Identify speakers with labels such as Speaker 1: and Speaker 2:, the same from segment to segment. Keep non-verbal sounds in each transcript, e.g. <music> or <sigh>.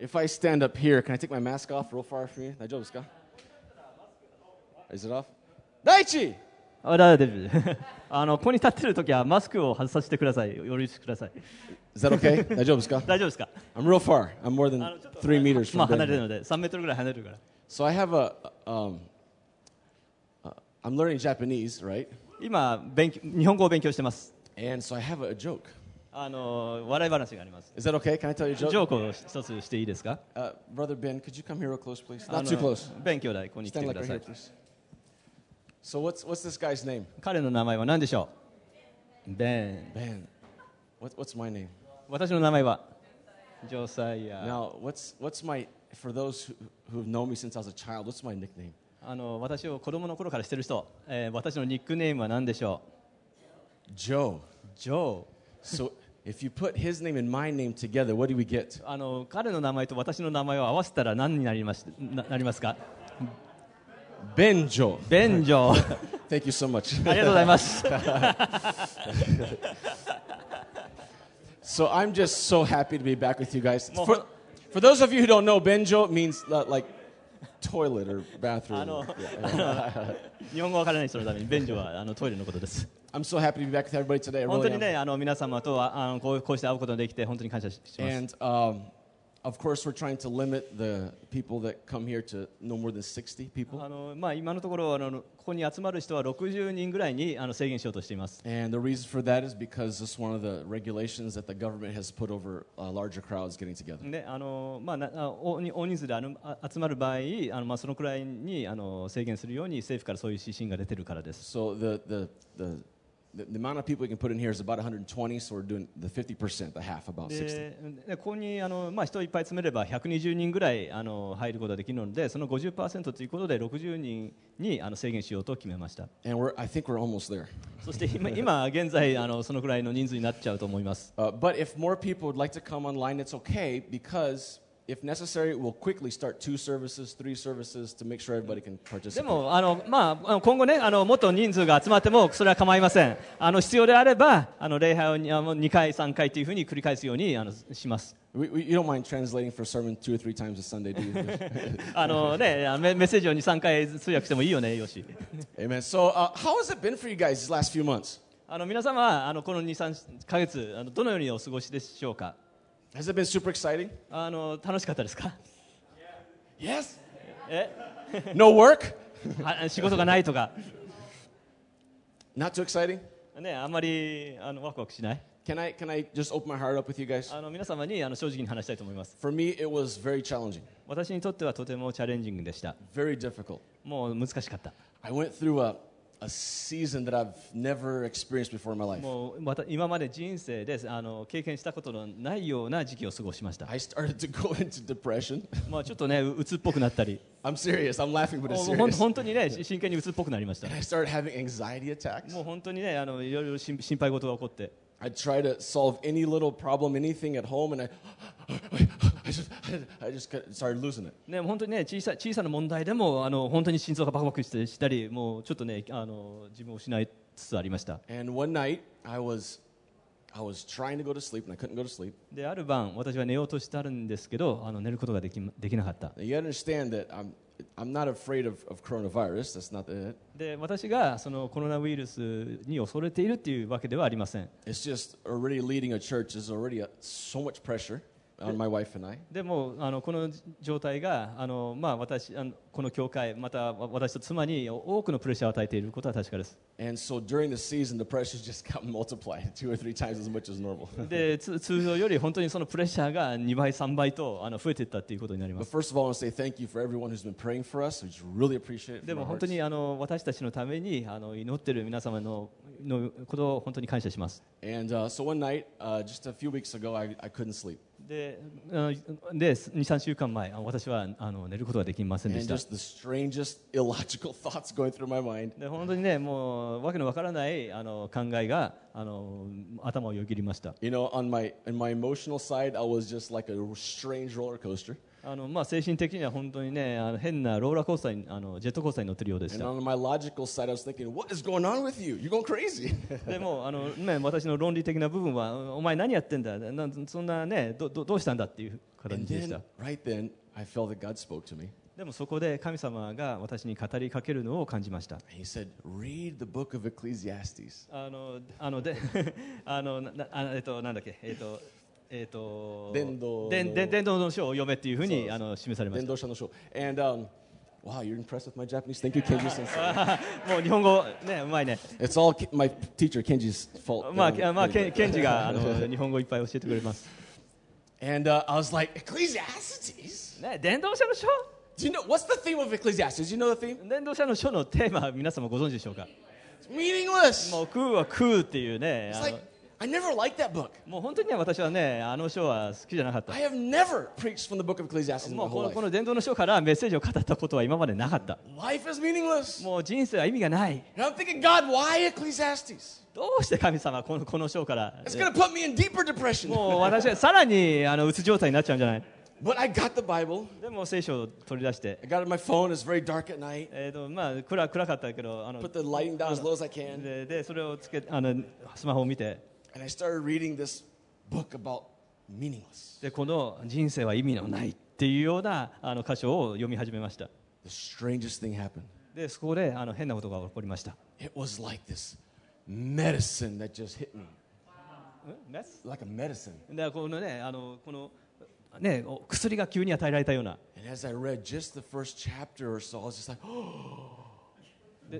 Speaker 1: If I stand up here, can I take my mask off real far from you? 大丈夫ですか Is it off? 第一
Speaker 2: あ大丈夫ですあのここに立ってる時はマスクを外させてくださいよろしください
Speaker 1: Is that <laughs> okay? 大丈夫ですか
Speaker 2: 大丈夫ですか
Speaker 1: I'm real far. I'm more than
Speaker 2: あのちょっと
Speaker 1: three meters
Speaker 2: ま
Speaker 1: from
Speaker 2: あ離れて
Speaker 1: Ben.
Speaker 2: るので3メートルぐらい離れてるから
Speaker 1: So I have a, um, uh, I'm learning Japanese, right?
Speaker 2: 今勉強日本語を勉強してます
Speaker 1: And so I have a joke.
Speaker 2: あの笑い話があります
Speaker 1: Is that okay? Can I tell you a
Speaker 2: ジョ
Speaker 1: joke?
Speaker 2: ークを一つしていいですか
Speaker 1: Uh, Brother Ben, could you come here real close, please?
Speaker 2: あ
Speaker 1: Not
Speaker 2: の
Speaker 1: too close.
Speaker 2: 勉強台ここに来て
Speaker 1: Stand
Speaker 2: く
Speaker 1: like
Speaker 2: だ
Speaker 1: right
Speaker 2: さ
Speaker 1: here,
Speaker 2: い
Speaker 1: please. So what's, what's this guy's name?
Speaker 2: 彼の名前は何でしょうベン
Speaker 1: Ben. What, what's my name?
Speaker 2: 私の名前はジョサイア
Speaker 1: Now, what's, what's my, for those who, who've known me since I was a child, what's my nickname?
Speaker 2: あの私を子供の頃からしてる人、えー私のニックネームは何でしょ
Speaker 1: Joe.
Speaker 2: うジョー
Speaker 1: So if you put his name and my name together, what do we get?
Speaker 2: あの彼の名前と私の名前を合わせたら何になりましななりますか
Speaker 1: Benjo.
Speaker 2: ベンジ <laughs> ョー
Speaker 1: Thank you so much.
Speaker 2: ありがとうございます
Speaker 1: So I'm just so happy to be back with you guys.
Speaker 2: Mo-
Speaker 1: For, for those of you who don't know, Benjo means uh, like toilet or
Speaker 2: あ
Speaker 1: bathroom.
Speaker 2: の
Speaker 1: Yeah.
Speaker 2: <laughs> 日本語わからない人のためにベンジョーはあのトイレのことです <laughs>
Speaker 1: I'm so happy to be back with everybody today. I
Speaker 2: 本当
Speaker 1: really
Speaker 2: に
Speaker 1: am.
Speaker 2: ねあの皆様とはあのこうこうして会うことができて本当に感謝しします
Speaker 1: And um, of course, we're trying to limit the people that come here to no more than 60 people.
Speaker 2: あのまあ、今のところあの、ここに集まる人は60人ぐらいにあの制限しようとしています。
Speaker 1: And the reason for that is because it's one of the regulations that the government has put over uh, larger crowds getting together.
Speaker 2: であのまあ、なあ大大人数であのあ集まる場合あの、まあ、そのくらいにあの制限するように政府からそういう指針が出てるからです。
Speaker 1: So the, the, the, the, the amount of people we can put in here is about 120, so we're doing the 50%, the half, about 60.
Speaker 2: ででここにあの、まあ、人いっぱい詰めれば120人ぐらいあの入ることができるのでその50%ということで60人にあの制限しようと決めました。
Speaker 1: And we're, I think we're almost there.
Speaker 2: そ <laughs> して今今現在あのそのくらいの人数になっちゃうと思います。
Speaker 1: Uh, but if more people would like to come online, it's okay because if necessary, we'll quickly start two services, three services to make sure everybody can
Speaker 2: で
Speaker 1: participate.
Speaker 2: もあの、まああの、今後ねあの、もっと人数が集まってもそれは構いません、あの必要であればあの礼拝をにあの2回、3回というふうに繰り返すようにあのします
Speaker 1: We, we, you don't mind translating for a sermon two or three times a Sunday, do you?
Speaker 2: あの、ね、あのメメッセージを2、3回通訳してもいいよね、よし。
Speaker 1: Amen. So, uh, how has it been for you guys these last few months?
Speaker 2: あの皆様はあのこの2、3ヶ月あの、どのようにお過ごしでしょうか、
Speaker 1: Has it been super exciting?
Speaker 2: あの楽しかったですか <laughs>
Speaker 1: Yes.
Speaker 2: え
Speaker 1: No work?
Speaker 2: は仕事がないとか、
Speaker 1: Not too exciting?
Speaker 2: ね、あんまりあのワクワクしない、
Speaker 1: Can I, can I just open my heart up with you guys?
Speaker 2: あの皆様にあの正直に話したいと思います、
Speaker 1: For me, it was very challenging,
Speaker 2: 私にとってはとてもチャレンジングでした、
Speaker 1: very difficult.
Speaker 2: もう難しかった。
Speaker 1: I went through a, a season that I've never experienced before in my life.
Speaker 2: もうまた今まで人生であの経験したことのないような時期を過ごしました、
Speaker 1: I started to <laughs> go into depression.
Speaker 2: まあ、ちょっとねう鬱っぽくなったり
Speaker 1: I'm serious. I'm laughing, but
Speaker 2: も
Speaker 1: it's
Speaker 2: うほん
Speaker 1: serious.
Speaker 2: 本当にねし真剣に鬱っぽくなりました
Speaker 1: I started having anxiety attacks.
Speaker 2: もう本当にねあのいろいろ心心配事が起こって
Speaker 1: I'd try to solve any little problem, anything at home, and I, <gasps> I just, I just got- started losing it.
Speaker 2: ね、もう本当にね小さ小さな問題でもあの本当に心臓がバクバクしてしたりもうちょっとねあの自分を失いつつありました
Speaker 1: And one night, I was, I was trying to go to sleep, and I couldn't go to sleep.
Speaker 2: である晩私は寝ようとしてあるんですけどあの寝ることができできなかった
Speaker 1: Now, you understand that I'm, I'm not afraid of, of coronavirus. That's not it.
Speaker 2: で私がそのコロナウイルスに恐れているっていうわけではありません
Speaker 1: It's just already leading a church is already a, so much pressure on my wife and I.
Speaker 2: でもあのこの状態があの、まあ、私あのこの教会またわ私と妻に多くのプレッシャーを与えていることは確かです
Speaker 1: And so during the season, the pressure just <laughs> got multiplied two or three times as much as normal. <laughs>
Speaker 2: でつ <laughs> 通常より本当にそのプレッシャーが2倍3倍とあの増えていったということになりま
Speaker 1: But
Speaker 2: す
Speaker 1: first of all, I want to say thank you for everyone who's been praying for us. We just really appreciate it.
Speaker 2: で
Speaker 1: from
Speaker 2: も
Speaker 1: our
Speaker 2: 本
Speaker 1: hearts.
Speaker 2: 当にあの私たちのためにあの祈っている皆様ののことを本当に感謝します
Speaker 1: And uh, so one night, uh, just a few weeks ago, I, I couldn't sleep.
Speaker 2: であので23週間前あの私はあの寝ることができませんで
Speaker 1: And
Speaker 2: し
Speaker 1: just
Speaker 2: た
Speaker 1: the strangest, <laughs> illogical thoughts going through my mind.
Speaker 2: で本当にねもうわけのわからないあの考えがああの頭をよぎりました
Speaker 1: You know, on my, on my emotional side, I was just like a strange roller coaster.
Speaker 2: あの、まあ、精神的には本当にねあの変なローラーコースターにあのジェットコースターに乗ってるようでし
Speaker 1: And
Speaker 2: た
Speaker 1: on my logical side, I was thinking, what is going on with you? You're going crazy.
Speaker 2: でもあの、ね、私の論理的な部分はお前何やってんだなそんなねどどどうしたんだっていう形
Speaker 1: and
Speaker 2: でした
Speaker 1: then, right then, I felt that God spoke to me.
Speaker 2: でもそこで神様が私に語りかけるのを感じました
Speaker 1: And He said, read the book of Ecclesiastes.
Speaker 2: あのあので <laughs> あのななあのえっとなんだっけえっとえっと
Speaker 1: 伝道の
Speaker 2: でんでん伝道の書を読めっていうふう
Speaker 1: そう
Speaker 2: に
Speaker 1: そう
Speaker 2: あの示されまし
Speaker 1: Dendoshanosho. And um, wow, you're impressed with my Japanese. Thank you, Kenji sensei.
Speaker 2: た <laughs> もう日本語ねうまいね
Speaker 1: It's all Ke- my teacher, Kenji's fault. Um, that
Speaker 2: まあ
Speaker 1: I'm
Speaker 2: けまあ
Speaker 1: really
Speaker 2: ケン
Speaker 1: good.
Speaker 2: ケンジがあの日本語いっぱい教えてくれます
Speaker 1: <laughs> And uh, I was like, Ecclesiastes?
Speaker 2: ね伝道者の書
Speaker 1: Do you know what's the theme of Ecclesiastes? You know the theme?
Speaker 2: 伝道者の書のテーマ皆様ご存知でしょうか
Speaker 1: It's meaningless.
Speaker 2: もう空は空っていうね
Speaker 1: It's
Speaker 2: あ
Speaker 1: like
Speaker 2: の
Speaker 1: I never liked that book.
Speaker 2: もう本当にね私はねあの書は好きじゃなかった
Speaker 1: I have never preached from the book of Ecclesiastes in
Speaker 2: も
Speaker 1: my
Speaker 2: うこ
Speaker 1: whole
Speaker 2: の
Speaker 1: life.
Speaker 2: この伝道の書からメッセージを語ったことは今までなかった
Speaker 1: Life is meaningless.
Speaker 2: もう人生は意味がない
Speaker 1: And I'm thinking, God, why Ecclesiastes?
Speaker 2: どうして神様はこのこの章から
Speaker 1: It's gonna put me in deeper depression.
Speaker 2: もう私はさらにあのうつ状態になっちゃうんじゃない
Speaker 1: But I got the Bible.
Speaker 2: でも聖書を取り出して、
Speaker 1: I got it on my phone. It's very dark at night.
Speaker 2: えーとまあ、暗暗かったけどあの
Speaker 1: Put the lighting down as low as I can.
Speaker 2: ででそれをつけあのスマホを見て
Speaker 1: And I started reading this book about meaningless,
Speaker 2: でこの「人生は意味のない」っていうようなあの箇所を読み始めました
Speaker 1: the strangest thing happened.
Speaker 2: でそこであの変なことが起こりました
Speaker 1: It was like this medicine that just hit me, like a medicine.
Speaker 2: でこのねあのこのねお薬が急に与えられたような
Speaker 1: And as I read just the first chapter or so, I was just like, "Oh."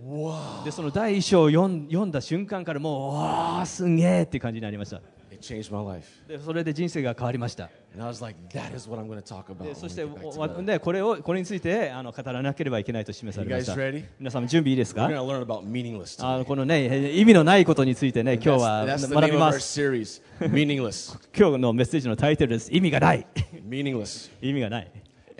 Speaker 1: wow.
Speaker 2: でその第一章を読ん読んだ瞬間からもう「わあすげえ!」っていう感じになりました
Speaker 1: It changed my life.
Speaker 2: でそれで人生が変わりました。
Speaker 1: And I was like, that is what I'm going to talk about.
Speaker 2: で
Speaker 1: when
Speaker 2: そ
Speaker 1: we
Speaker 2: して、
Speaker 1: get back
Speaker 2: おわ
Speaker 1: together."
Speaker 2: ね、これをこれについてあの語らなければいけないと示されました
Speaker 1: You guys ready?
Speaker 2: 皆さん準備いいです
Speaker 1: We're
Speaker 2: か
Speaker 1: going to learn about meaningless. today.
Speaker 2: あのこのねえ意味のないことについてね今
Speaker 1: That's,
Speaker 2: 日は
Speaker 1: that's the
Speaker 2: 学
Speaker 1: name
Speaker 2: び
Speaker 1: of
Speaker 2: ま
Speaker 1: our
Speaker 2: す
Speaker 1: series. Meaningless.
Speaker 2: 今日のメッセージのタイトルです意味がない <laughs>
Speaker 1: Meaningless.
Speaker 2: 意味がない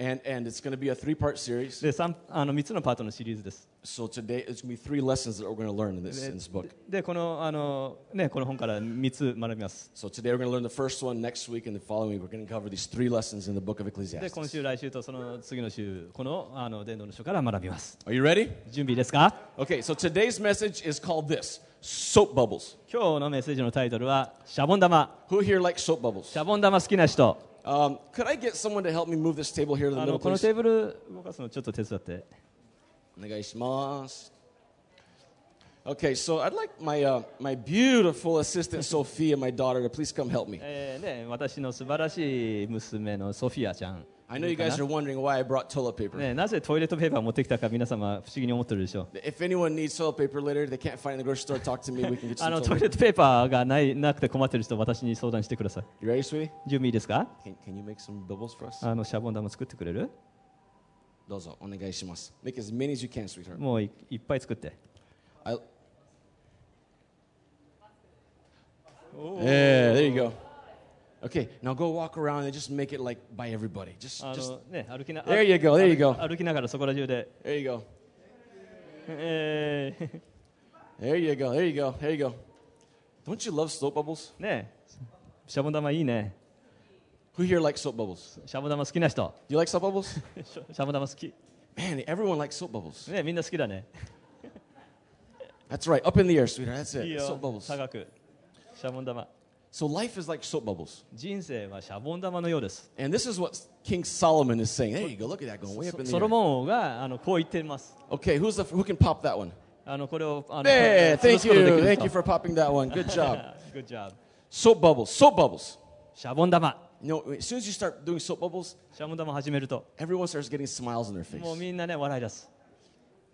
Speaker 1: And, and it's going to be a three part series.
Speaker 2: で 3, あの3つのパートのシリーズです
Speaker 1: So today it's going to be three lessons that we're going to learn in this, in this book.
Speaker 2: でこのあの、ね、この本から3つ学びます
Speaker 1: So today we're going to learn the first one. Next week and the following week, we're going to cover these three lessons in the book of
Speaker 2: で今
Speaker 1: Ecclesiastes.
Speaker 2: 週来週とその次の週このあの伝道の書から学びます
Speaker 1: Are you ready?
Speaker 2: 準備ですか
Speaker 1: Okay. So today's message is called this: soap bubbles.
Speaker 2: 今日のメッセージのタイトルは「シャボン玉」
Speaker 1: Who here likes soap
Speaker 2: 「
Speaker 1: bubbles?
Speaker 2: シャボン玉好きな人」
Speaker 1: Um, could I get someone to help me move this table here to the
Speaker 2: あ
Speaker 1: middle,
Speaker 2: のこの
Speaker 1: please?
Speaker 2: テーブル動かすのちょっと手伝って。
Speaker 1: Onegaishimasu. Okay. So I'd like my uh, my beautiful assistant <laughs> Sophia, my daughter, to please come help me.
Speaker 2: えーね、私の素晴らしい娘のソフィアちゃん。
Speaker 1: I know you guys are wondering why I brought toilet paper.
Speaker 2: ね、なぜトイレットペーパーを持ってきたか皆様不思議に思ってるでしょう
Speaker 1: If anyone needs toilet paper later, they can't find it in the grocery store. Talk to me. We
Speaker 2: <laughs>
Speaker 1: can get you
Speaker 2: あ
Speaker 1: some
Speaker 2: のトイ
Speaker 1: toilet.
Speaker 2: レットペーパーがないなくて困ってる人私に相談してください
Speaker 1: You ready, sweetie?
Speaker 2: 準備いいですか
Speaker 1: Can, can you make some bubbles for us?
Speaker 2: あのシャボン玉作ってくれる
Speaker 1: Dozo, onegaishimasu. Make as many as you can, sweetheart.
Speaker 2: もういいっぱい作って
Speaker 1: I... Yeah, there you go. Okay, now go walk around and just make it like by everybody. Just,
Speaker 2: あ
Speaker 1: just
Speaker 2: の、ね、歩きな
Speaker 1: There you go, there you go.
Speaker 2: 歩きながらそこら中で、
Speaker 1: there you go,
Speaker 2: えー
Speaker 1: there you go, there you go, there you go. Don't you love soap bubbles?
Speaker 2: ねシャボン玉いいね
Speaker 1: Who here likes soap bubbles?
Speaker 2: シャボン玉好きな人
Speaker 1: Do you like soap bubbles?
Speaker 2: <laughs> シャボン玉好き
Speaker 1: Man, everyone likes soap bubbles.
Speaker 2: ねみんな好きだね
Speaker 1: That's right, up in the air, sweetheart. That's
Speaker 2: いい
Speaker 1: it.
Speaker 2: よ
Speaker 1: Soap bubbles.
Speaker 2: 高くシャボン玉
Speaker 1: So life is like soap bubbles,
Speaker 2: 人生はシャボン玉のようです
Speaker 1: and this is what King Solomon is saying. There you go. Look at that going way up in
Speaker 2: ソ
Speaker 1: the
Speaker 2: ロ
Speaker 1: air.
Speaker 2: モン王があのこう言っています。
Speaker 1: Okay, who's the who can pop that one?
Speaker 2: あのこれをあの
Speaker 1: Hey,
Speaker 2: 潰
Speaker 1: thank
Speaker 2: すことでき
Speaker 1: you.
Speaker 2: る
Speaker 1: Thank
Speaker 2: 人
Speaker 1: you for popping that one. Good job.
Speaker 2: Good job.
Speaker 1: <laughs> soap bubbles, soap bubbles.
Speaker 2: シャボン玉。
Speaker 1: You know, as soon as you start doing soap bubbles,
Speaker 2: シャボン玉始めると、
Speaker 1: everyone starts getting smiles on their
Speaker 2: もう
Speaker 1: face.
Speaker 2: みんなね、笑い出す。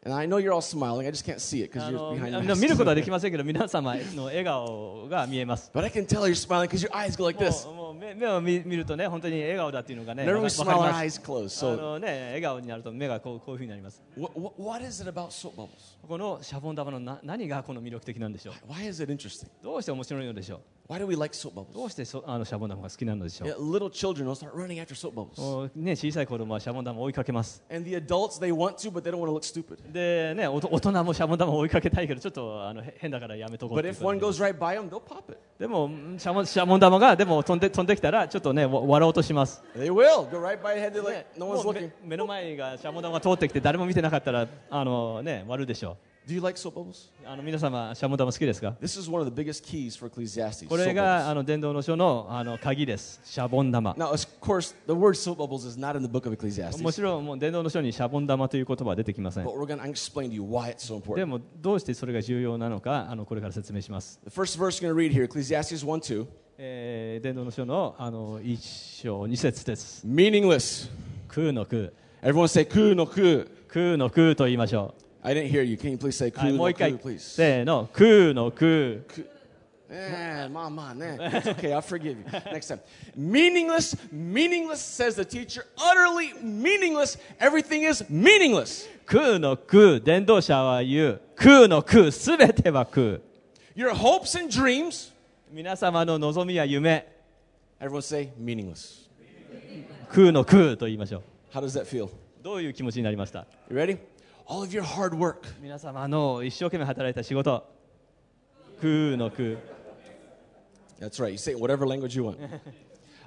Speaker 1: And I know you're all smiling. I just can't see it
Speaker 2: あ
Speaker 1: because
Speaker 2: の
Speaker 1: you're
Speaker 2: あ
Speaker 1: behind
Speaker 2: の見ることはで
Speaker 1: the
Speaker 2: きませんけど、皆様の笑顔が見えます。
Speaker 1: But I can tell you're smiling because your eyes go like
Speaker 2: も
Speaker 1: this.
Speaker 2: うもう目目を見見るとね、本当に笑顔だっていうのがね、
Speaker 1: Never
Speaker 2: わ
Speaker 1: we
Speaker 2: かわ
Speaker 1: smile, our
Speaker 2: かります。
Speaker 1: eyes close.
Speaker 2: あ
Speaker 1: So,
Speaker 2: のね、笑顔になると目がこうこういうふうになります。
Speaker 1: what, what, what is it about soap bubbles?
Speaker 2: このシャボン玉のな何がこの魅力的なんでしょう
Speaker 1: Why is it interesting?
Speaker 2: どうして面白いのでしょう
Speaker 1: Why do we like soap
Speaker 2: どう
Speaker 1: bubbles?
Speaker 2: してそあのシャボン玉が好きなのでしょ
Speaker 1: Yeah,
Speaker 2: う
Speaker 1: little children will start running after soap bubbles.
Speaker 2: おね、小さい子供はシャボン玉を追いかけます。
Speaker 1: And the adults, they want to, but they don't want to look stupid.
Speaker 2: で、ね、おと大人もシャボン玉を追いかけたいけど、ちょっとあのへ変だからやめとこうっ
Speaker 1: But
Speaker 2: ていう
Speaker 1: if
Speaker 2: 感
Speaker 1: one
Speaker 2: じで。
Speaker 1: goes right by them, they'll pop it.
Speaker 2: でも、んシャボンシャボン玉がでも飛んで飛んできたら、ちょっとね、わ笑おうとします。
Speaker 1: They will go right by the head. They're
Speaker 2: ね
Speaker 1: like, no
Speaker 2: も
Speaker 1: one's
Speaker 2: うめ
Speaker 1: looking.
Speaker 2: 目の前がシャボン玉が通ってきて、誰も見てなかったら、あのね、悪いでしょ
Speaker 1: Do you like soap bubbles?
Speaker 2: う。あの皆様、シャボン玉好きですか
Speaker 1: This is one of the biggest keys for Ecclesiastes.
Speaker 2: こ
Speaker 1: soap
Speaker 2: れ
Speaker 1: bubbles.
Speaker 2: があの伝道の書のあの鍵です、シャボン玉。
Speaker 1: Now, of course, the word soap bubbles is not in the book of
Speaker 2: も
Speaker 1: Ecclesiastes.
Speaker 2: ちろんもう伝道の書にシャボン玉という言葉は出てきません
Speaker 1: But。we're going to explain to you why it's so
Speaker 2: で
Speaker 1: important.
Speaker 2: もどうしてそれが重要なのかあのこれから説明します。
Speaker 1: The first verse we're going to read here, Ecclesiastes 1 2.
Speaker 2: えー伝道の書のあの1章2節です。
Speaker 1: Meaningless.
Speaker 2: 空の空。
Speaker 1: Everyone say ku no ku.
Speaker 2: 空の空と言いましょ
Speaker 1: I didn't hear you. Can you please say
Speaker 2: う。は
Speaker 1: ku
Speaker 2: い、もう
Speaker 1: no
Speaker 2: 一回
Speaker 1: ku,。please?
Speaker 2: せーの。空の空。
Speaker 1: Eh, mom, on, eh. It's okay, I'll forgive you. <laughs> Next time. Meaningless, meaningless, says the teacher. Utterly meaningless. Everything is meaningless.
Speaker 2: 空の空。伝道者は言う。空の空。すべては空。
Speaker 1: Your hopes and dreams,
Speaker 2: 皆様の望みや夢。
Speaker 1: everyone say meaningless.
Speaker 2: 空の空と言いましょう。
Speaker 1: How does that feel?
Speaker 2: どういう気持ちになりました
Speaker 1: You ready? All of your hard work,
Speaker 2: 皆様の一生懸命働いた仕事。空の空。
Speaker 1: That's right. You say it in whatever language you want.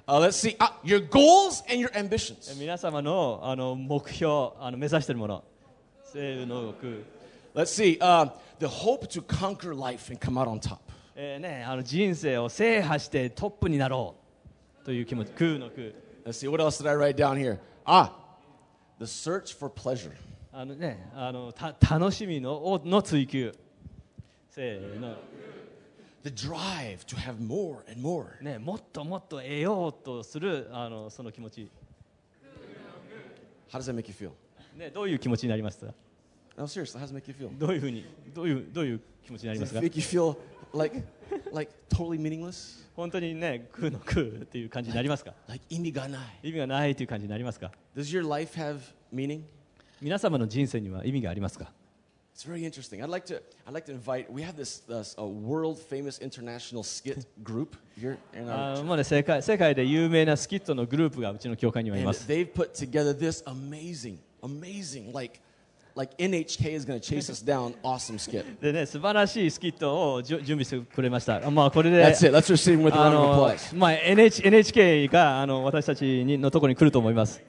Speaker 1: Uh, let's see. Ah, your goals and your ambitions.
Speaker 2: 皆様のあの目標あの目指しているもの西部の国、
Speaker 1: Let's see. Uh, the hope to conquer life and come out on top.
Speaker 2: えーね、あの人生を制覇してトップになろうという気持ち空の空
Speaker 1: Let's see. What else did I write down here? Ah, the search for pleasure.
Speaker 2: あの、ね、あのた楽しみのをの追求せーの、
Speaker 1: The drive to have more and more.
Speaker 2: ね、もっともっと得ようとするあのその気持ち、
Speaker 1: How does that make you feel?
Speaker 2: ね、どういう気持ちになりました
Speaker 1: No, seriously. How does it make you feel?
Speaker 2: どういうふうにどういうどういう気持ちになりま
Speaker 1: Does
Speaker 2: すか
Speaker 1: it make you feel like, like totally meaningless?
Speaker 2: 本当にね空の空っていう感じになりますか
Speaker 1: Like imiganai.
Speaker 2: 意味がないという感じになりますか
Speaker 1: Does your life have meaning?
Speaker 2: 皆様の人生には意味がありますか
Speaker 1: It's very interesting. I'd like to, I'd like to invite, we have this, this a world famous international skit group here in our
Speaker 2: あーもうね世界世界で有名なスキットのグループがうちの教会にはいま
Speaker 1: And
Speaker 2: す。
Speaker 1: they've put together this amazing, amazing, like, like NHK is going to chase us down, awesome skit.
Speaker 2: でね素晴らしいスキットをじゅ準備してくれました。あまあこれで
Speaker 1: That's it. Let's receive them with a
Speaker 2: あ
Speaker 1: round of
Speaker 2: の
Speaker 1: applause.
Speaker 2: まあ NH NHK があの私たちにのところに来ると思います。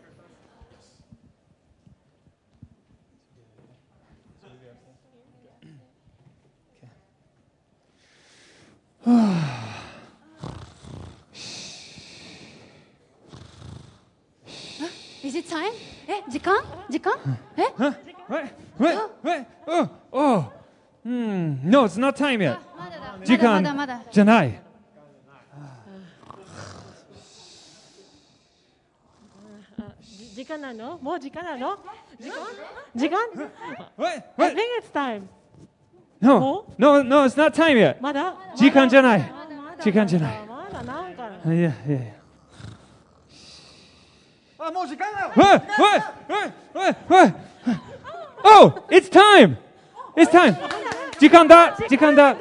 Speaker 3: Is it time? え、時間時間え
Speaker 4: Wait, wait, wait. Oh, oh. Hmm. No, it's not time yet.
Speaker 3: まだだ。
Speaker 4: 時間
Speaker 3: まだまだまだ。
Speaker 4: じゃない。
Speaker 5: 時間なのもう時間なの時間時間
Speaker 4: Wait,
Speaker 5: I
Speaker 4: wait.
Speaker 5: think it's time.
Speaker 4: No, no, no, it's not time yet.
Speaker 5: まだ
Speaker 4: 時間じゃない
Speaker 5: まだまだ
Speaker 4: 時間じゃない
Speaker 5: まだなんか。
Speaker 4: いやいやいや。
Speaker 6: あもう時間だよ
Speaker 4: Wait, wait, wait, wait, wait. Oh, it's time. It's time. 時間だ。時間だ。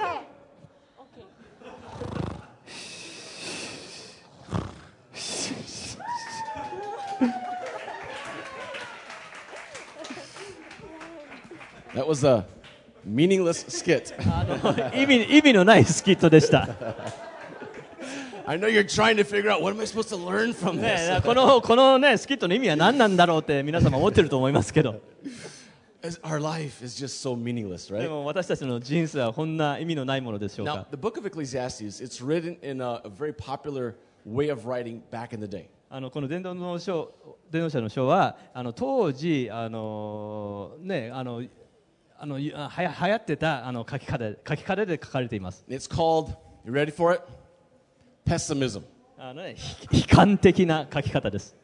Speaker 1: That was a meaningless skit.
Speaker 2: 意味意味のないスキットで <laughs> した。
Speaker 1: I know you're trying to figure out what am I supposed to learn from
Speaker 2: ね
Speaker 1: this.
Speaker 2: <laughs> このこのねスキットの意味は何なんだろうって皆様思ってると思いますけ <laughs> ど。
Speaker 1: As Our life is just so meaningless,
Speaker 2: で
Speaker 1: right?
Speaker 2: も私たちの人生はこんな意味のないものでしょう
Speaker 1: Now,
Speaker 2: か。
Speaker 1: the book of Ecclesiastes, it's written in a, a very popular way of writing back in the day.
Speaker 2: あのこの伝道の書伝道者の書はあの当時あのねあのあのゆあはや流行ってたあの書き方書き方で書かれています
Speaker 1: It's called, you ready for it? Pessimism.
Speaker 2: あの、ね、ひ悲観的な書き方です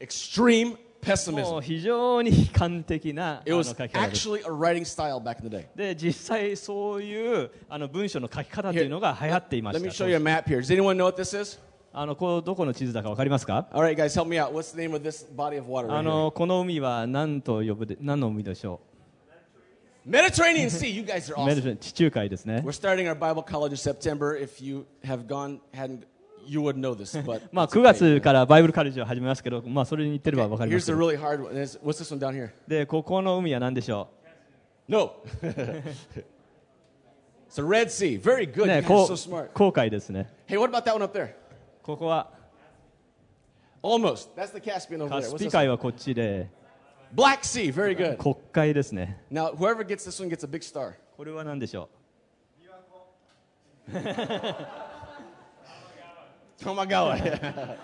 Speaker 1: Extreme
Speaker 2: も
Speaker 1: pessimism.
Speaker 2: う非常に悲観的なあ
Speaker 1: It
Speaker 2: の
Speaker 1: was
Speaker 2: 書き方です
Speaker 1: actually a writing style back in the day.
Speaker 2: で実際そういうあの文章の書き方というのが流行っていま
Speaker 1: Let me
Speaker 2: し
Speaker 1: show you a
Speaker 2: た
Speaker 1: map here. Does anyone know what this is?
Speaker 2: あのこうどこの地図だかわかりますか
Speaker 1: All right, guys, help me out. What's the name of this body of water?
Speaker 2: あ
Speaker 1: Right here?
Speaker 2: のこの海は何と呼ぶで何の海でしょ
Speaker 1: Mediterranean Sea. You guys are
Speaker 2: メル
Speaker 1: awesome.
Speaker 2: フェン地中海ですね
Speaker 1: We're starting our Bible college in September. If you have gone, hadn't, you would know this.
Speaker 2: <laughs>
Speaker 1: But
Speaker 2: まあ
Speaker 1: that's
Speaker 2: 9
Speaker 1: okay.
Speaker 2: 月からバイブルカレッジを始めますけど、まあ、それに言ってれば分かりま
Speaker 1: here's
Speaker 2: す
Speaker 1: a really hard one. There's- What's this one down here?
Speaker 2: でここの海は何でしょ
Speaker 1: <laughs> No. it's the Red Sea. Very
Speaker 2: う
Speaker 1: good.
Speaker 2: ね
Speaker 1: you guys are
Speaker 2: こ
Speaker 1: so smart.
Speaker 2: 後悔ですね
Speaker 1: Hey, what about that one up there?
Speaker 2: ここは
Speaker 1: Almost. That's the Caspian over
Speaker 2: カ
Speaker 1: there.
Speaker 2: ス
Speaker 1: What's
Speaker 2: ピ
Speaker 1: this one?
Speaker 2: 海はこっちで
Speaker 1: Black Sea. Very good.
Speaker 2: 国海ですね
Speaker 1: Now, whoever gets this one gets a big star.
Speaker 2: これは何でしょ
Speaker 1: Tomogawa.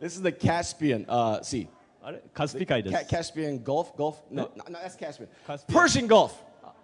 Speaker 1: this is the Caspian uh, Sea.
Speaker 2: うあれカスピ海で
Speaker 1: Ca-
Speaker 2: す
Speaker 1: Caspian Gulf. Gulf. No, no, no, that's Caspian.
Speaker 2: Caspian.
Speaker 1: Persian Gulf.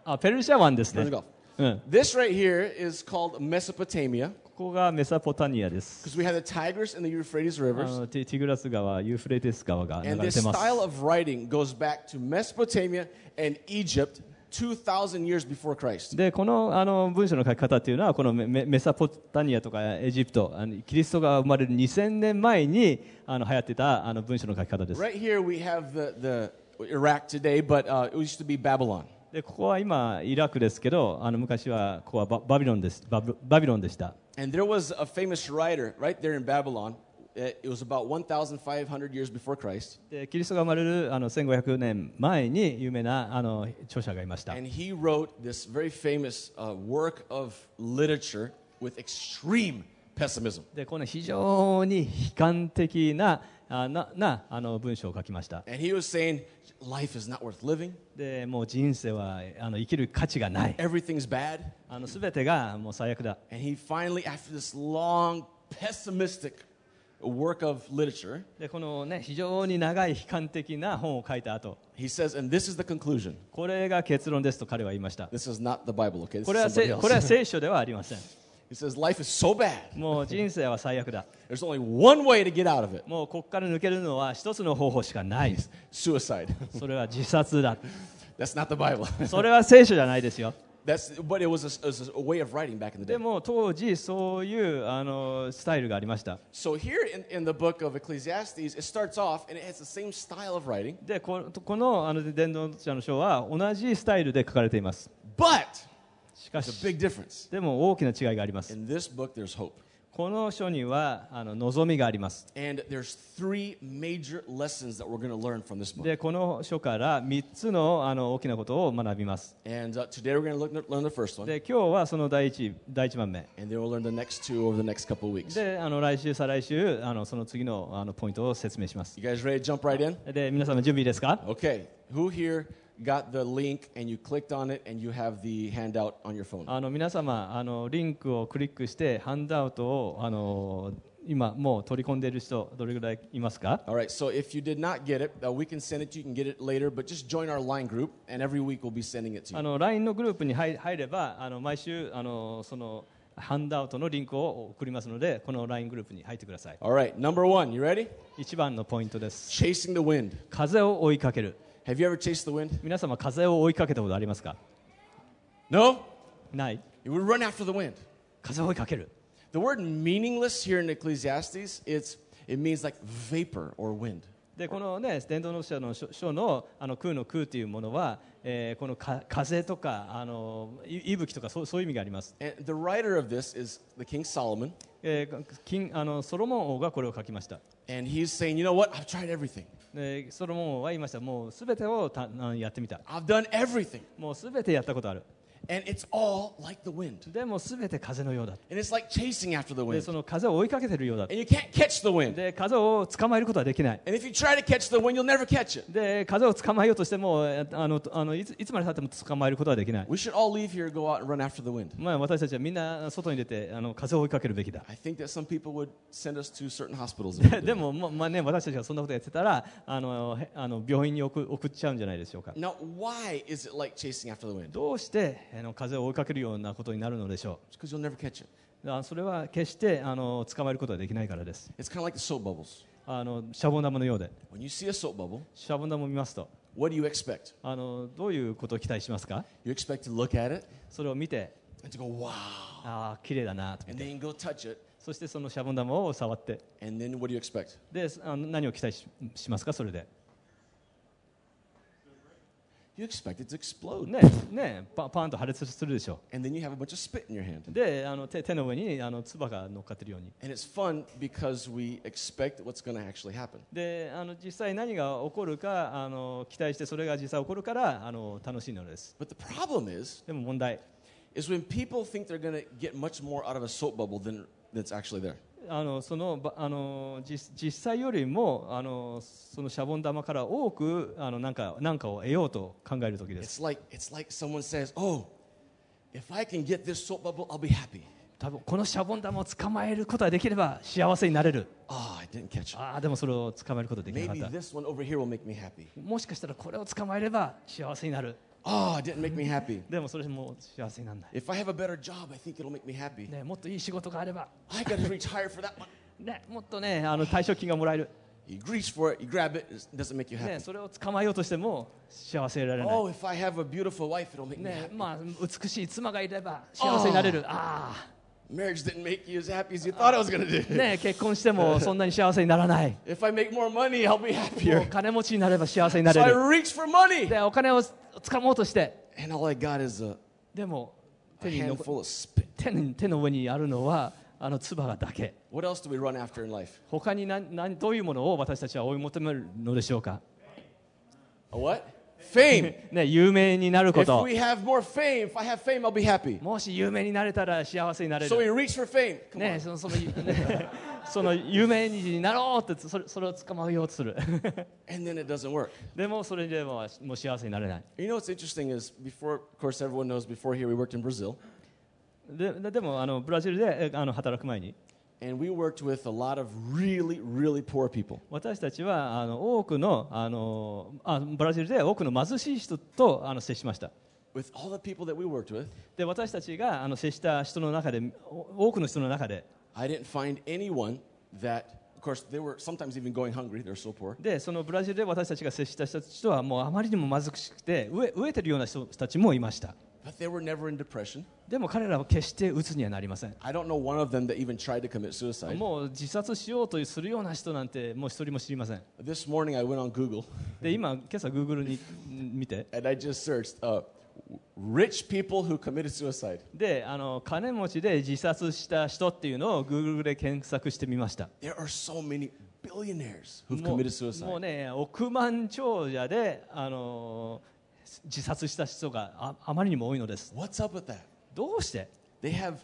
Speaker 2: あペルシャ湾ですね
Speaker 1: Persian Gulf.
Speaker 2: うん、
Speaker 1: This right here is called Mesopotamia
Speaker 2: ここがメソポタニアです。
Speaker 1: because we had the Tigris and the Euphrates
Speaker 2: あ
Speaker 1: rivers.
Speaker 2: のティティグラス川、ユーフレテス川が流
Speaker 1: And
Speaker 2: れ
Speaker 1: this
Speaker 2: てます。
Speaker 1: style of writing goes back to Mesopotamia and Egypt 2,000 years before Christ.
Speaker 2: で、このあの文章の書き方っていうのは、このメメメソポタニアとかエジプトあの、キリストが生まれる2000年前にあの流行ってたあの文章の書き方です。
Speaker 1: Right here we have the, the Iraq today, but uh, it used to be Babylon.
Speaker 2: で、ここは今、イラクですけど、あの昔はここはババビロンですバブバビロンでした。
Speaker 1: And there was a famous writer right there in Babylon. It it was about 1,500 years before Christ.
Speaker 2: で、キリストが生まれるあの1500年前に有名なあの著者がいました。
Speaker 1: And he wrote this very famous uh, work of literature with extreme pessimism.
Speaker 2: で、この非常に悲観的なあななあの文章を書きました。
Speaker 1: And he was saying, life is not worth living,
Speaker 2: でもう人生はあの生きる価値がない。
Speaker 1: everything's bad.
Speaker 2: あの全てがもう最悪だ。
Speaker 1: And he finally, after this long, pessimistic work of literature,
Speaker 2: でこのね非常に長い悲観的な本を書いた後、
Speaker 1: he says, and this is the conclusion.
Speaker 2: これが結論ですと彼は言いました。
Speaker 1: This is not the Bible, okay? This
Speaker 2: これは
Speaker 1: is
Speaker 2: せ
Speaker 1: somebody
Speaker 2: これは
Speaker 1: else.
Speaker 2: 聖書ではありません。
Speaker 1: He says, life is so bad.
Speaker 2: もう人生は最悪だ。
Speaker 1: There's only one way to get out of it
Speaker 2: もうここから抜けるのは一つの方法しかない。
Speaker 1: suicide. <laughs>
Speaker 2: それは自殺だ。
Speaker 1: That's not the Bible. <laughs>
Speaker 2: それは聖書じゃないですよ。
Speaker 1: That's, but it was a, it was a way of writing back in the
Speaker 2: で
Speaker 1: day.
Speaker 2: も当時そういうあのスタイルがありました。
Speaker 1: So here in, in the book of Ecclesiastes, it starts off and it has the same style of writing,
Speaker 2: でここのあの伝道者の書は同じスタイルで書かれています。
Speaker 1: but
Speaker 2: しか
Speaker 1: there's a
Speaker 2: し
Speaker 1: big difference.
Speaker 2: でも大きな違いがあります。
Speaker 1: In this book, there's hope.
Speaker 2: この書にはあの望みがあります。
Speaker 1: And there's three major lessons that we're going to learn from this book.
Speaker 2: で、この書から3つのあの大きなことを学びます。
Speaker 1: And uh, today we're going to look, learn the first one,
Speaker 2: で、今日はその第一第一番目。
Speaker 1: and then we'll learn the next two over the next couple of weeks.
Speaker 2: で、あの来週、再来週、あのその次のあのポイントを説明します。
Speaker 1: You guys ready to jump right in?
Speaker 2: で、皆様準備いいですか
Speaker 1: Okay. Who here got the link and you clicked on it and you have the handout on your phone?
Speaker 2: あの皆様あの、リンクをクリックして、ハンドアウトをあの今、もう取り込んでいる人、どれぐらいいますか
Speaker 1: All right. So if you did not get it, uh, we can send it to you. You can get it later, but just join our line group, and every week we'll be sending it to
Speaker 2: あ
Speaker 1: you.
Speaker 2: の LINE のグループに入入れば、あの毎週あの、そのハンドアウトのリンクを送りますので、この LINE グループに入ってください。
Speaker 1: All right. Number one. You ready?
Speaker 2: 一番のポイントです。
Speaker 1: Chasing the wind.
Speaker 2: 風を追いかける。
Speaker 1: Have you ever chased the wind?
Speaker 2: 皆様、風を追いかけたことありますか
Speaker 1: No.
Speaker 2: ない。
Speaker 1: You would run after the wind.
Speaker 2: 風を追いかける。
Speaker 1: The word meaningless here in Ecclesiastes, it's, it means like vapor or wind.
Speaker 2: で、このね、伝道の書の書書のあの空の空というものは、えーこのか風とかあのい息吹とかそうそういう意味があります、
Speaker 1: And the writer of this is the King Solomon,
Speaker 2: えー金あの。ソロモン王がこれを書きました。
Speaker 1: and he's saying, you know what? I've tried everything.
Speaker 2: でソロモン王は言いました。もうすべてをたあのやってみた。
Speaker 1: I've done everything,
Speaker 2: もうすべてやったことある。
Speaker 1: and it's all like the wind.
Speaker 2: でもすべて風のようだ。
Speaker 1: And it's like chasing after the
Speaker 2: で、
Speaker 1: wind,
Speaker 2: その風を追いかけてるようだ。
Speaker 1: and you can't catch the wind.
Speaker 2: で、風を捕まえることはできない。
Speaker 1: And if you try to catch the wind, you'll never catch it.
Speaker 2: で風を捕まえようとしてもえあのあのいついつまでたっても捕まえることはできない、
Speaker 1: We should all leave here and go out and run after the wind.
Speaker 2: まあ、私たちはみんな外に出てあの風を追いかけるべきだ
Speaker 1: I think that some people would send us to certain hospitals.
Speaker 2: <laughs> でも、ままあね、私たちがそんなことやってたらあのへあの病院に送送っちゃうんじゃないでしょうか
Speaker 1: Now, why is it like chasing after the wind?
Speaker 2: どうしてあの風を追いかけるようなことになるのでしょ
Speaker 1: It's because you'll never catch it.
Speaker 2: うあそれは決してあの捕まえることはできないからです
Speaker 1: It's kind of like the soap bubbles.
Speaker 2: あのシャボン玉のようで
Speaker 1: When you see a soap bubble,
Speaker 2: シャボン玉を見ますと
Speaker 1: what do you expect?
Speaker 2: あのどういうことを期待しますか
Speaker 1: You expect to look at it
Speaker 2: それを見て
Speaker 1: and to go, wow,
Speaker 2: ああ綺麗だなと
Speaker 1: and then go touch it.
Speaker 2: そしてそのシャボン玉を触って
Speaker 1: And then what do you expect?
Speaker 2: であの何を期待ししますかそれで
Speaker 1: you expect it to explode.
Speaker 2: ねねパパーンと破裂するでしょ
Speaker 1: And then you have a bunch of spit in your hand.
Speaker 2: であの手手の上にあの唾が乗っかってるように
Speaker 1: And it's fun because we expect what's going to actually happen.
Speaker 2: であの実際何が起こるかあの期待してそれが実際起こるからあの楽しいのです
Speaker 1: But the problem is,
Speaker 2: でも問題
Speaker 1: is when people think they're going to get much more out of a soap bubble than that's actually there.
Speaker 2: あのそのばあの実実際よりもあのそのシャボン玉から多くあのなんかなんかを得ようと考える時です
Speaker 1: It's like it's like someone says, "Oh, if I can get this soap bubble, I'll be happy."
Speaker 2: 多分このシャボン玉を捕まえることができれば幸せになれる
Speaker 1: Ah, I didn't catch it.
Speaker 2: ああでもそれを捕まえることができな
Speaker 1: Maybe
Speaker 2: かった
Speaker 1: this one over here will make me happy.
Speaker 2: もしかしたらこれを捕まえれば幸せになる
Speaker 1: Ah, it didn't make me happy.
Speaker 2: でもそれも幸せにならない、
Speaker 1: If I have a better job, I think it'll make me happy.
Speaker 2: ね、もっといい仕事があれば、
Speaker 1: I got to retire for that one.
Speaker 2: ね、もっとねあの退職金がもらえる、
Speaker 1: You reach for it, you grab it, it doesn't make you
Speaker 2: ね、
Speaker 1: happy.
Speaker 2: それを捕まえようとしても幸せになれない、
Speaker 1: Oh, if I have a beautiful wife, it'll make me
Speaker 2: ね
Speaker 1: happy.
Speaker 2: まあ、美しい妻がいれば幸せになれるああ
Speaker 1: Marriage didn't make you as happy as you thought it was going to do.
Speaker 2: ね、結婚してもそんなに幸せにならない
Speaker 1: If I make more money, I'll be <laughs>
Speaker 2: もう
Speaker 1: happier.
Speaker 2: 金持ちになれば幸せにな
Speaker 1: So
Speaker 2: れ
Speaker 1: I
Speaker 2: る
Speaker 1: reach for money.
Speaker 2: でお金を掴もうとして
Speaker 1: And all I got is a,
Speaker 2: でも
Speaker 1: a
Speaker 2: 手にの
Speaker 1: handful of spit.
Speaker 2: 手に手の上にあるのはあの唾だけ
Speaker 1: What else do we run after in life?
Speaker 2: 他に何何どういうものを私たちは追い求めるのでしょうか、
Speaker 1: A what? Fame.
Speaker 2: ね、有名になるこ
Speaker 1: if
Speaker 2: と
Speaker 1: we have more fame, if I have fame, I'll be happy.
Speaker 2: もし有名になれたら幸せになれ
Speaker 1: So we
Speaker 2: る、
Speaker 1: reach for fame. Come
Speaker 2: ね、そのその <laughs> ねその有名になろうってそれそれを捕まえようとする
Speaker 1: on. And then it doesn't work.
Speaker 2: <laughs> でもそれでももう幸せになれない
Speaker 1: You know what's interesting is before, of course, everyone knows before here we worked in Brazil.
Speaker 2: でででもあのブラジルでえあの働く前に
Speaker 1: And we worked with a lot of really, really poor people.
Speaker 2: 私たちはあの多くのあのあブラジルで多くの貧しい人とあの接しました
Speaker 1: With all the people that we worked with,
Speaker 2: で私たちがあの接した人の中でお多くの人の中で
Speaker 1: I didn't find anyone that, of course, they were sometimes even going hungry. They're so poor.
Speaker 2: でそのブラジルで私たちが接した人たちとはもうあまりにも貧しくて飢え飢えてるような人たちもいました
Speaker 1: But they were never in depression.
Speaker 2: でも彼らは決して鬱にはなりません
Speaker 1: I don't know one of them that even tried to commit suicide.
Speaker 2: もう自殺しようとするような人なんてもう一人も知りません
Speaker 1: This morning I went on Google
Speaker 2: で今今朝グーグルにん見て
Speaker 1: and I just searched uh, rich people who committed suicide.
Speaker 2: であの金持ちで自殺した人っていうのをグーグルで検索してみました
Speaker 1: There are so many billionaires who've
Speaker 2: も
Speaker 1: committed
Speaker 2: うも
Speaker 1: suicide.
Speaker 2: うね億万長者で、あのー自殺した人がああまりにも多いのです
Speaker 1: What's up with that?
Speaker 2: どうして
Speaker 1: They have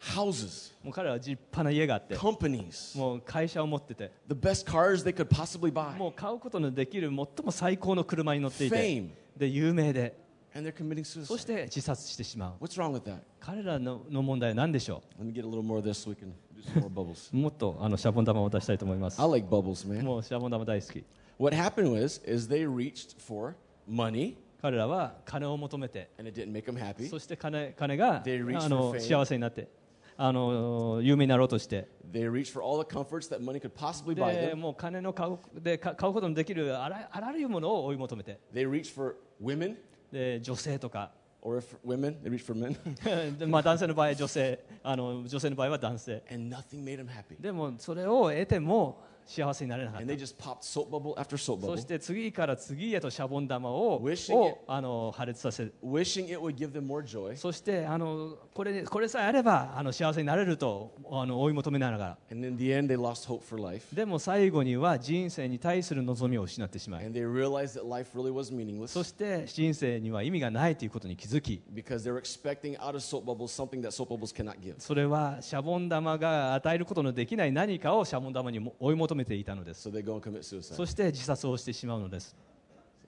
Speaker 1: houses,
Speaker 2: もう彼らは立派な家があって
Speaker 1: companies,
Speaker 2: もう会社を持ってて
Speaker 1: the best cars they could possibly buy,
Speaker 2: もう買うことのできる最も最高の車に乗っていて
Speaker 1: fame,
Speaker 2: で有名で
Speaker 1: and they're committing
Speaker 2: そし
Speaker 1: suicide.
Speaker 2: て自殺してしまう
Speaker 1: What's wrong with that?
Speaker 2: 彼らのの問題は何でしょ
Speaker 1: Let me get a little more of this so we can do some more bubbles.
Speaker 2: うもっとあのシャボン玉を出したいと思いま
Speaker 1: <laughs>
Speaker 2: す
Speaker 1: I like bubbles, man.
Speaker 2: もうシャボン玉大好き
Speaker 1: What happened was is they reached for money
Speaker 2: 彼らは金を求めて
Speaker 1: and it didn't make them happy.
Speaker 2: そして金金が
Speaker 1: They reach
Speaker 2: あの
Speaker 1: for fame.
Speaker 2: 幸せになってあの有名になろうとして
Speaker 1: They reached for all the comforts that money could possibly buy
Speaker 2: で
Speaker 1: them.
Speaker 2: もう金の買うでか買うことのできるあらあらゆるものを追い求めて
Speaker 1: They reached for women
Speaker 2: で女性とか <laughs>
Speaker 1: or if women, they reached for men <laughs>
Speaker 2: でまあ男性の場合は女性あの女性の場合は男性
Speaker 1: and nothing made them happy.
Speaker 2: でもそれを得ても幸せになれなかっ
Speaker 1: And they
Speaker 2: た
Speaker 1: just popped soap bubble after soap
Speaker 2: そ
Speaker 1: bubble,
Speaker 2: して次から次へとシャボン玉を
Speaker 1: Wishing
Speaker 2: をあの破裂させ
Speaker 1: wishing it would give them more joy.
Speaker 2: そしてあのこれこれさえあればあの幸せになれるとあの追い求めながら
Speaker 1: And in the end, they lost hope for life.
Speaker 2: でも最後には人生に対する望みを失ってしまい
Speaker 1: And they realized that life really was
Speaker 2: そ
Speaker 1: meaningless
Speaker 2: して人生には意味がないということに気づき
Speaker 1: because they were expecting out of soap bubbles something that soap bubbles cannot give.
Speaker 2: それはシャボン玉が与えることのできない何かをシャボン玉にも追い求めていたのです
Speaker 1: So they go and commit
Speaker 2: そ
Speaker 1: suicide.
Speaker 2: して自殺をしてしまうのです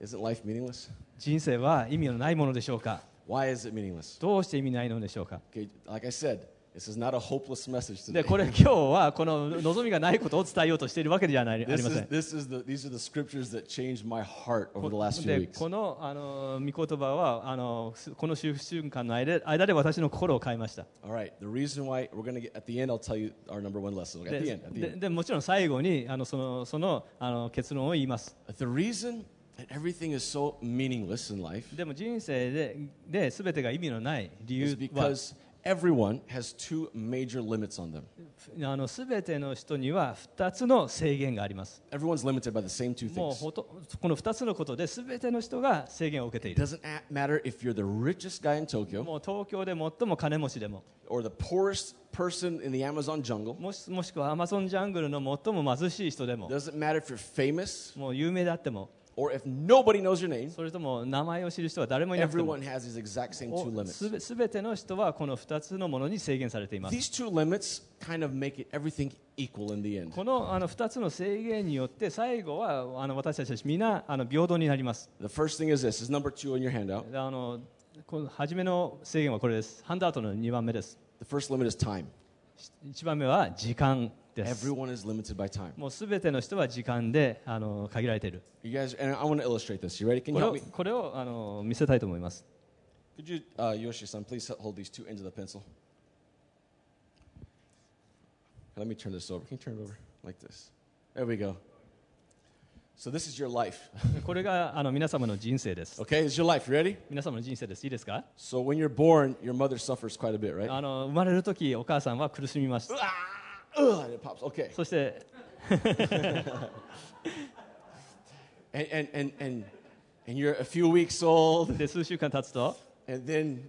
Speaker 1: Isn't life meaningless?
Speaker 2: 人生は意味のないものでしょうか
Speaker 1: Why is it meaningless?
Speaker 2: どうして意味ないのでしょうか
Speaker 1: Okay, like I said, this is not a hopeless message
Speaker 2: で
Speaker 1: today.
Speaker 2: これ今日はこの望みがないことを伝えようとしているわけじゃないあり
Speaker 1: This
Speaker 2: ませ
Speaker 1: is, this
Speaker 2: ん
Speaker 1: is the, these are the scriptures that changed my heart over the last few
Speaker 2: で
Speaker 1: weeks.
Speaker 2: このあの御言葉はあのすこの週瞬間の間で間で私の心を変えました
Speaker 1: All right. The reason why we're gonna get at the end, I'll tell you our number one lesson. Okay,
Speaker 2: で
Speaker 1: at the end. At the
Speaker 2: で
Speaker 1: end.
Speaker 2: でもちろん最後にあのそのそのあの結論を言います
Speaker 1: But the reason that everything is so meaningless in life
Speaker 2: でも人生でで全てが意味のない理
Speaker 1: is
Speaker 2: 由は
Speaker 1: because everyone has two major limits on them.
Speaker 2: あの全ての人には2つの制限があります
Speaker 1: Everyone's limited by the same two
Speaker 2: もう
Speaker 1: things.
Speaker 2: ほとこの2つのことで全ての人が制限を受けてい
Speaker 1: It
Speaker 2: る
Speaker 1: doesn't a- matter if you're the richest guy in Tokyo
Speaker 2: もう東京で最も金持ちでも
Speaker 1: or the poorest person in the Amazon jungle.
Speaker 2: もしもしくはアマゾンジャングルの最も貧しい人でも
Speaker 1: doesn't matter if you're famous
Speaker 2: もう有名であっても
Speaker 1: or if nobody knows your name.
Speaker 2: それとも名前を知る人は誰もいなくても
Speaker 1: Everyone has these exact same two
Speaker 2: お
Speaker 1: limits.
Speaker 2: すべすべての人はこの2つのものに制限されています
Speaker 1: These two limits kind of make it everything equal in the end.
Speaker 2: このあの2つの制限によって最後はあの私たち皆あの平等になります
Speaker 1: The first thing is this this is number two on your handout.
Speaker 2: あのこの初めの制限はこれですハンドアウトの2番目です
Speaker 1: The first limit is time.
Speaker 2: 1番目は時間です
Speaker 1: Everyone is limited by time.
Speaker 2: もうすべての人は時間であの限られている
Speaker 1: You guys, and I want to illustrate this. You ready? Can
Speaker 2: こ
Speaker 1: you
Speaker 2: れ
Speaker 1: help
Speaker 2: を
Speaker 1: me?
Speaker 2: これをあの見せたいと思います
Speaker 1: Could you, uh, Yoshi-san, please h- hold these two ends of the pencil? Let me turn this over. Can you turn it over like this? There we go. So this is your life. <laughs>
Speaker 2: これがあの皆様の人生です
Speaker 1: Okay, it's your life. You ready?
Speaker 2: 皆様の人生ですいいですか
Speaker 1: So when you're born, your mother suffers quite a bit, right?
Speaker 2: あの生まれる時お母さんは苦しみました
Speaker 1: Ugh, and it pops. Okay.
Speaker 2: そして
Speaker 1: And and and and, and you're a few weeks old,
Speaker 2: で数週間経つと
Speaker 1: and then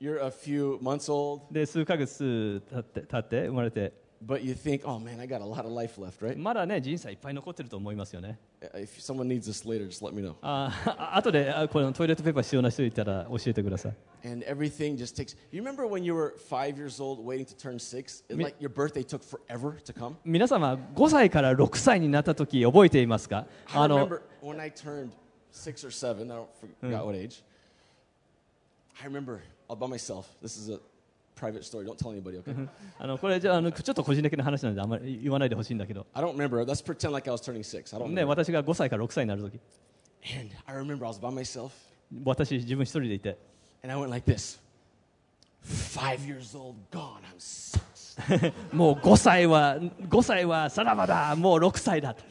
Speaker 1: you're a few months old,
Speaker 2: で数ヶ月経って経って生まれて
Speaker 1: but you think, oh man, I got a lot of life left, right?
Speaker 2: まだね人生いっぱい残ってると思いますよね
Speaker 1: If someone needs this later, just let me know.
Speaker 2: ああ後であこのトイレットペーパー必要な人いたら教えてください
Speaker 1: And everything just takes. You remember when you were five years old, waiting to turn six? It,
Speaker 2: Me-
Speaker 1: like your birthday took forever to come.
Speaker 2: 皆様5歳から6歳になった時覚えていますか
Speaker 1: I
Speaker 2: あの
Speaker 1: remember when I turned six or seven. I don't forget what age. I remember all by myself. This is a private story. Don't tell anybody, okay?
Speaker 2: あのこれじゃああのちょっと個人的な話なんであんまり言わないでほしいんだけど
Speaker 1: I don't remember. Let's pretend like I was turning six. I don't
Speaker 2: ね
Speaker 1: remember.
Speaker 2: 私が5歳から6歳になる時
Speaker 1: And I remember I was by myself,
Speaker 2: 私自分一人でいて
Speaker 1: and I went like this. Five years old, gone. I'm six.
Speaker 2: もう5歳は5歳はさらばだもう6歳だと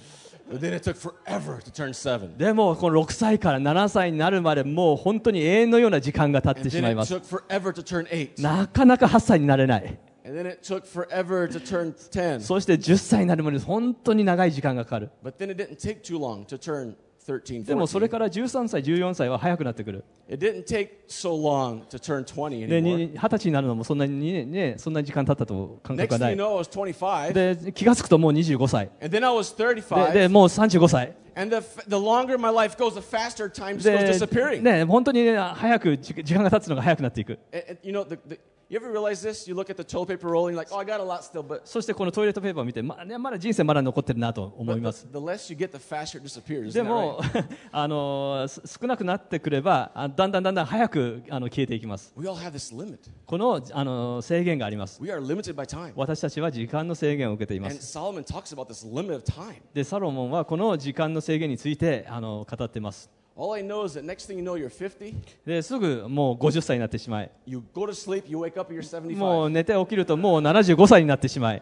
Speaker 1: But then it took forever to turn seven.
Speaker 2: でもこの6歳から7歳になるまでもう本当に永遠のような時間が経っ
Speaker 1: And
Speaker 2: てし
Speaker 1: then
Speaker 2: まいま
Speaker 1: it
Speaker 2: す
Speaker 1: took forever to turn eight.
Speaker 2: なかなか8歳になれない
Speaker 1: And then it took forever to turn ten.
Speaker 2: そして10歳になるまで本当に長い時間がかかる
Speaker 1: But then it didn't take too long to turn 13,
Speaker 2: でもそれ
Speaker 1: 14.
Speaker 2: から13歳14歳は早くなってくる
Speaker 1: It didn't take so long to turn 20
Speaker 2: で
Speaker 1: anymore.
Speaker 2: に20歳になるのもそんなにねねそんな時間経ったと感覚
Speaker 1: Next
Speaker 2: がな
Speaker 1: thing you
Speaker 2: い
Speaker 1: know, I was 25.
Speaker 2: で気が付くともう25歳
Speaker 1: And then I was 35.
Speaker 2: ででもう35歳
Speaker 1: and the, f- the longer my life goes, the faster time goes
Speaker 2: で
Speaker 1: disappearing.
Speaker 2: ね本当にね早くじ時間が経つのが早くなっていく
Speaker 1: And, and you know, the, the, you ever realize this? You look at the toilet paper roll and you're like, oh, I got a lot still, but,
Speaker 2: そしてこのトイレットペーパーを見てま,、ね、まだ人生まだ残ってるなと思
Speaker 1: but
Speaker 2: いま
Speaker 1: the,
Speaker 2: す
Speaker 1: the less you get, the faster it disappears.
Speaker 2: で
Speaker 1: isn't that
Speaker 2: も <laughs>
Speaker 1: right?
Speaker 2: あのす少なくなってくればあだんだんだんだん早くあの消えていきます
Speaker 1: We all have this limit.
Speaker 2: このあの制限があります
Speaker 1: We are limited by time.
Speaker 2: 私たちは時間の制限を受けていま
Speaker 1: And
Speaker 2: す
Speaker 1: Solomon talks about this limit of time.
Speaker 2: でサロモンはこの時間の制限についてあの語ってます
Speaker 1: All I know is that next thing you know, you're 50.
Speaker 2: ですぐもう50歳になってしまい
Speaker 1: You go to sleep, you wake up, and you're 75.
Speaker 2: もう寝て起きるともう75歳になってしまい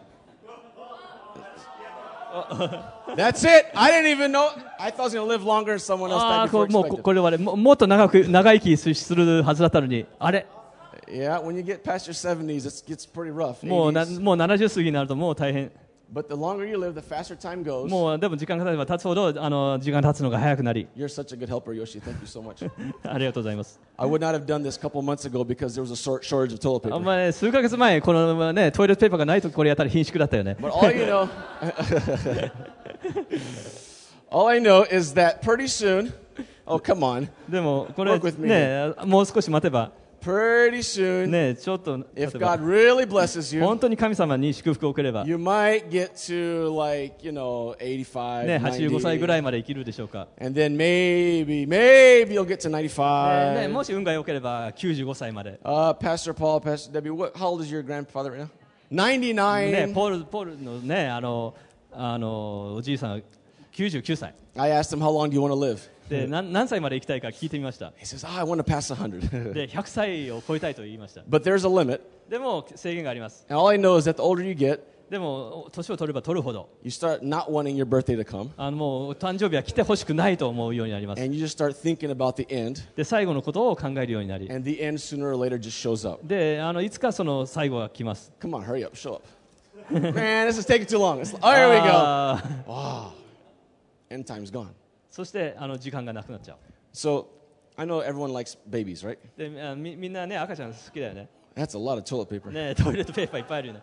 Speaker 1: That's it. I didn't even know. I thought I was going to live longer and someone else
Speaker 2: あ
Speaker 1: died
Speaker 2: あこ
Speaker 1: before
Speaker 2: うもうこ
Speaker 1: expected.
Speaker 2: これはねももっと長く長生きすするはずだったのにあれ
Speaker 1: Yeah, when you get past your 70s, it gets pretty rough.
Speaker 2: もうな
Speaker 1: 80s.
Speaker 2: もう70過ぎになるともう大変
Speaker 1: But the longer you live, the faster time goes.
Speaker 2: もうでも時間が経てば経つほどあの時間が経つのが早くなり <laughs>
Speaker 1: You're such a good helper, Yoshi. Thank you so much.
Speaker 2: ありがとうございます
Speaker 1: I would not have done this a couple months ago because there was a sor- shortage of toilet
Speaker 2: あん
Speaker 1: paper.
Speaker 2: まね数ヶ月前この、ね、トイレットペーパーがない時これやったら貧縮だったよね
Speaker 1: But all you know, <laughs> all I know is that pretty soon, oh come on,
Speaker 2: でもこれ
Speaker 1: Work with me
Speaker 2: ねもう少し待てば
Speaker 1: pretty soon,
Speaker 2: ねちょっと待
Speaker 1: if
Speaker 2: て
Speaker 1: God
Speaker 2: ば
Speaker 1: really blesses
Speaker 2: 本
Speaker 1: you,
Speaker 2: 当に神様に祝福をくれば、ね、
Speaker 1: you might get to like you know 85,
Speaker 2: 85歳ぐら
Speaker 1: 90,
Speaker 2: いまで生きるでしょうか
Speaker 1: and then maybe, maybe you'll get to
Speaker 2: ね、
Speaker 1: 95.
Speaker 2: もし運が良ければ95歳まで、
Speaker 1: Uh, Pastor Paul, Pastor Debbie, what, how old is your grandfather right now? 99.
Speaker 2: ね、ポールポールの,、ね、あのあのおじいさんが99歳
Speaker 1: I asked him, how long do you want to live?
Speaker 2: で何何歳まで生きたいか聞いてみました
Speaker 1: He says, ah, I want to pass 100.
Speaker 2: で100歳を超えたいと言いました
Speaker 1: <laughs> but there's a limit.
Speaker 2: でも制限があります
Speaker 1: And all I know is that the older you get,
Speaker 2: ででも年を取れば取るほど
Speaker 1: you start not wanting your birthday to come,
Speaker 2: あのもう誕生日は来てほしくないと思うようになります
Speaker 1: and you just start thinking about the end,
Speaker 2: で最後のことを考えるようになり
Speaker 1: and the end sooner or later just shows up.
Speaker 2: であのいつかその最後が来ます
Speaker 1: Come on, hurry up, show up. <laughs> Man, this is taking too long. It's, oh, here we go.
Speaker 2: あー
Speaker 1: End time's gone.
Speaker 2: そしてあの時間がなくなっちゃう
Speaker 1: So, I know everyone likes babies, right?
Speaker 2: であみみんなね赤ちゃん好きだよね
Speaker 1: That's a lot of toilet paper.
Speaker 2: ねトイレットペーパーいっぱいあるよね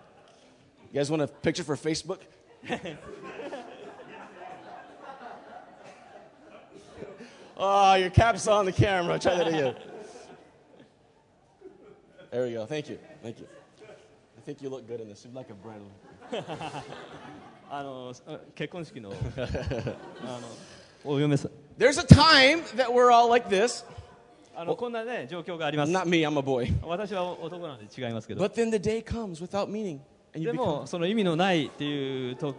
Speaker 1: You guys want a picture for Facebook? oh, your cap's on the camera. Try that again. There we go. Thank you. Thank you. I think you look good in this. You're like a brand.
Speaker 2: あのあ結婚式 <laughs> のあのお嫁さん
Speaker 1: There's a time that we're all like this.
Speaker 2: あのこんなね状況があります
Speaker 1: Not me, I'm a boy.
Speaker 2: 私は男なので違いますけど
Speaker 1: But then the day comes without meaning. And you
Speaker 2: で
Speaker 1: become,
Speaker 2: もその意味のないっていうと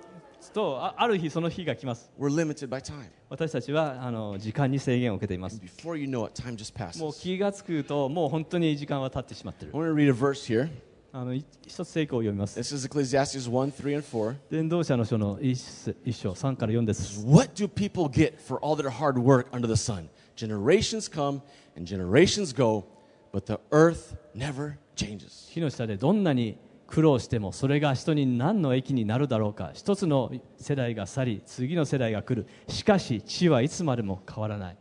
Speaker 2: とあある日その日が来ます
Speaker 1: we're limited by time.
Speaker 2: 私たちはあの時間に制限を受けています
Speaker 1: And before you know it, time just
Speaker 2: もう
Speaker 1: passes.
Speaker 2: 気がつくともう本当に時間は経ってしまってる
Speaker 1: I want to read a verse here.
Speaker 2: あのい一つ聖句を読みます
Speaker 1: This is Ecclesiastes 1, 3, and 4.
Speaker 2: 伝道者の書の一節一章3から4です
Speaker 1: What do people get for all their hard work under the sun? Generations come and generations go, but the earth never changes.
Speaker 2: 火の下でどんなに苦労してもそれが人に何の益になるだろうか一つの世代が去り次の世代が来るしかし地はいつまでも変わらない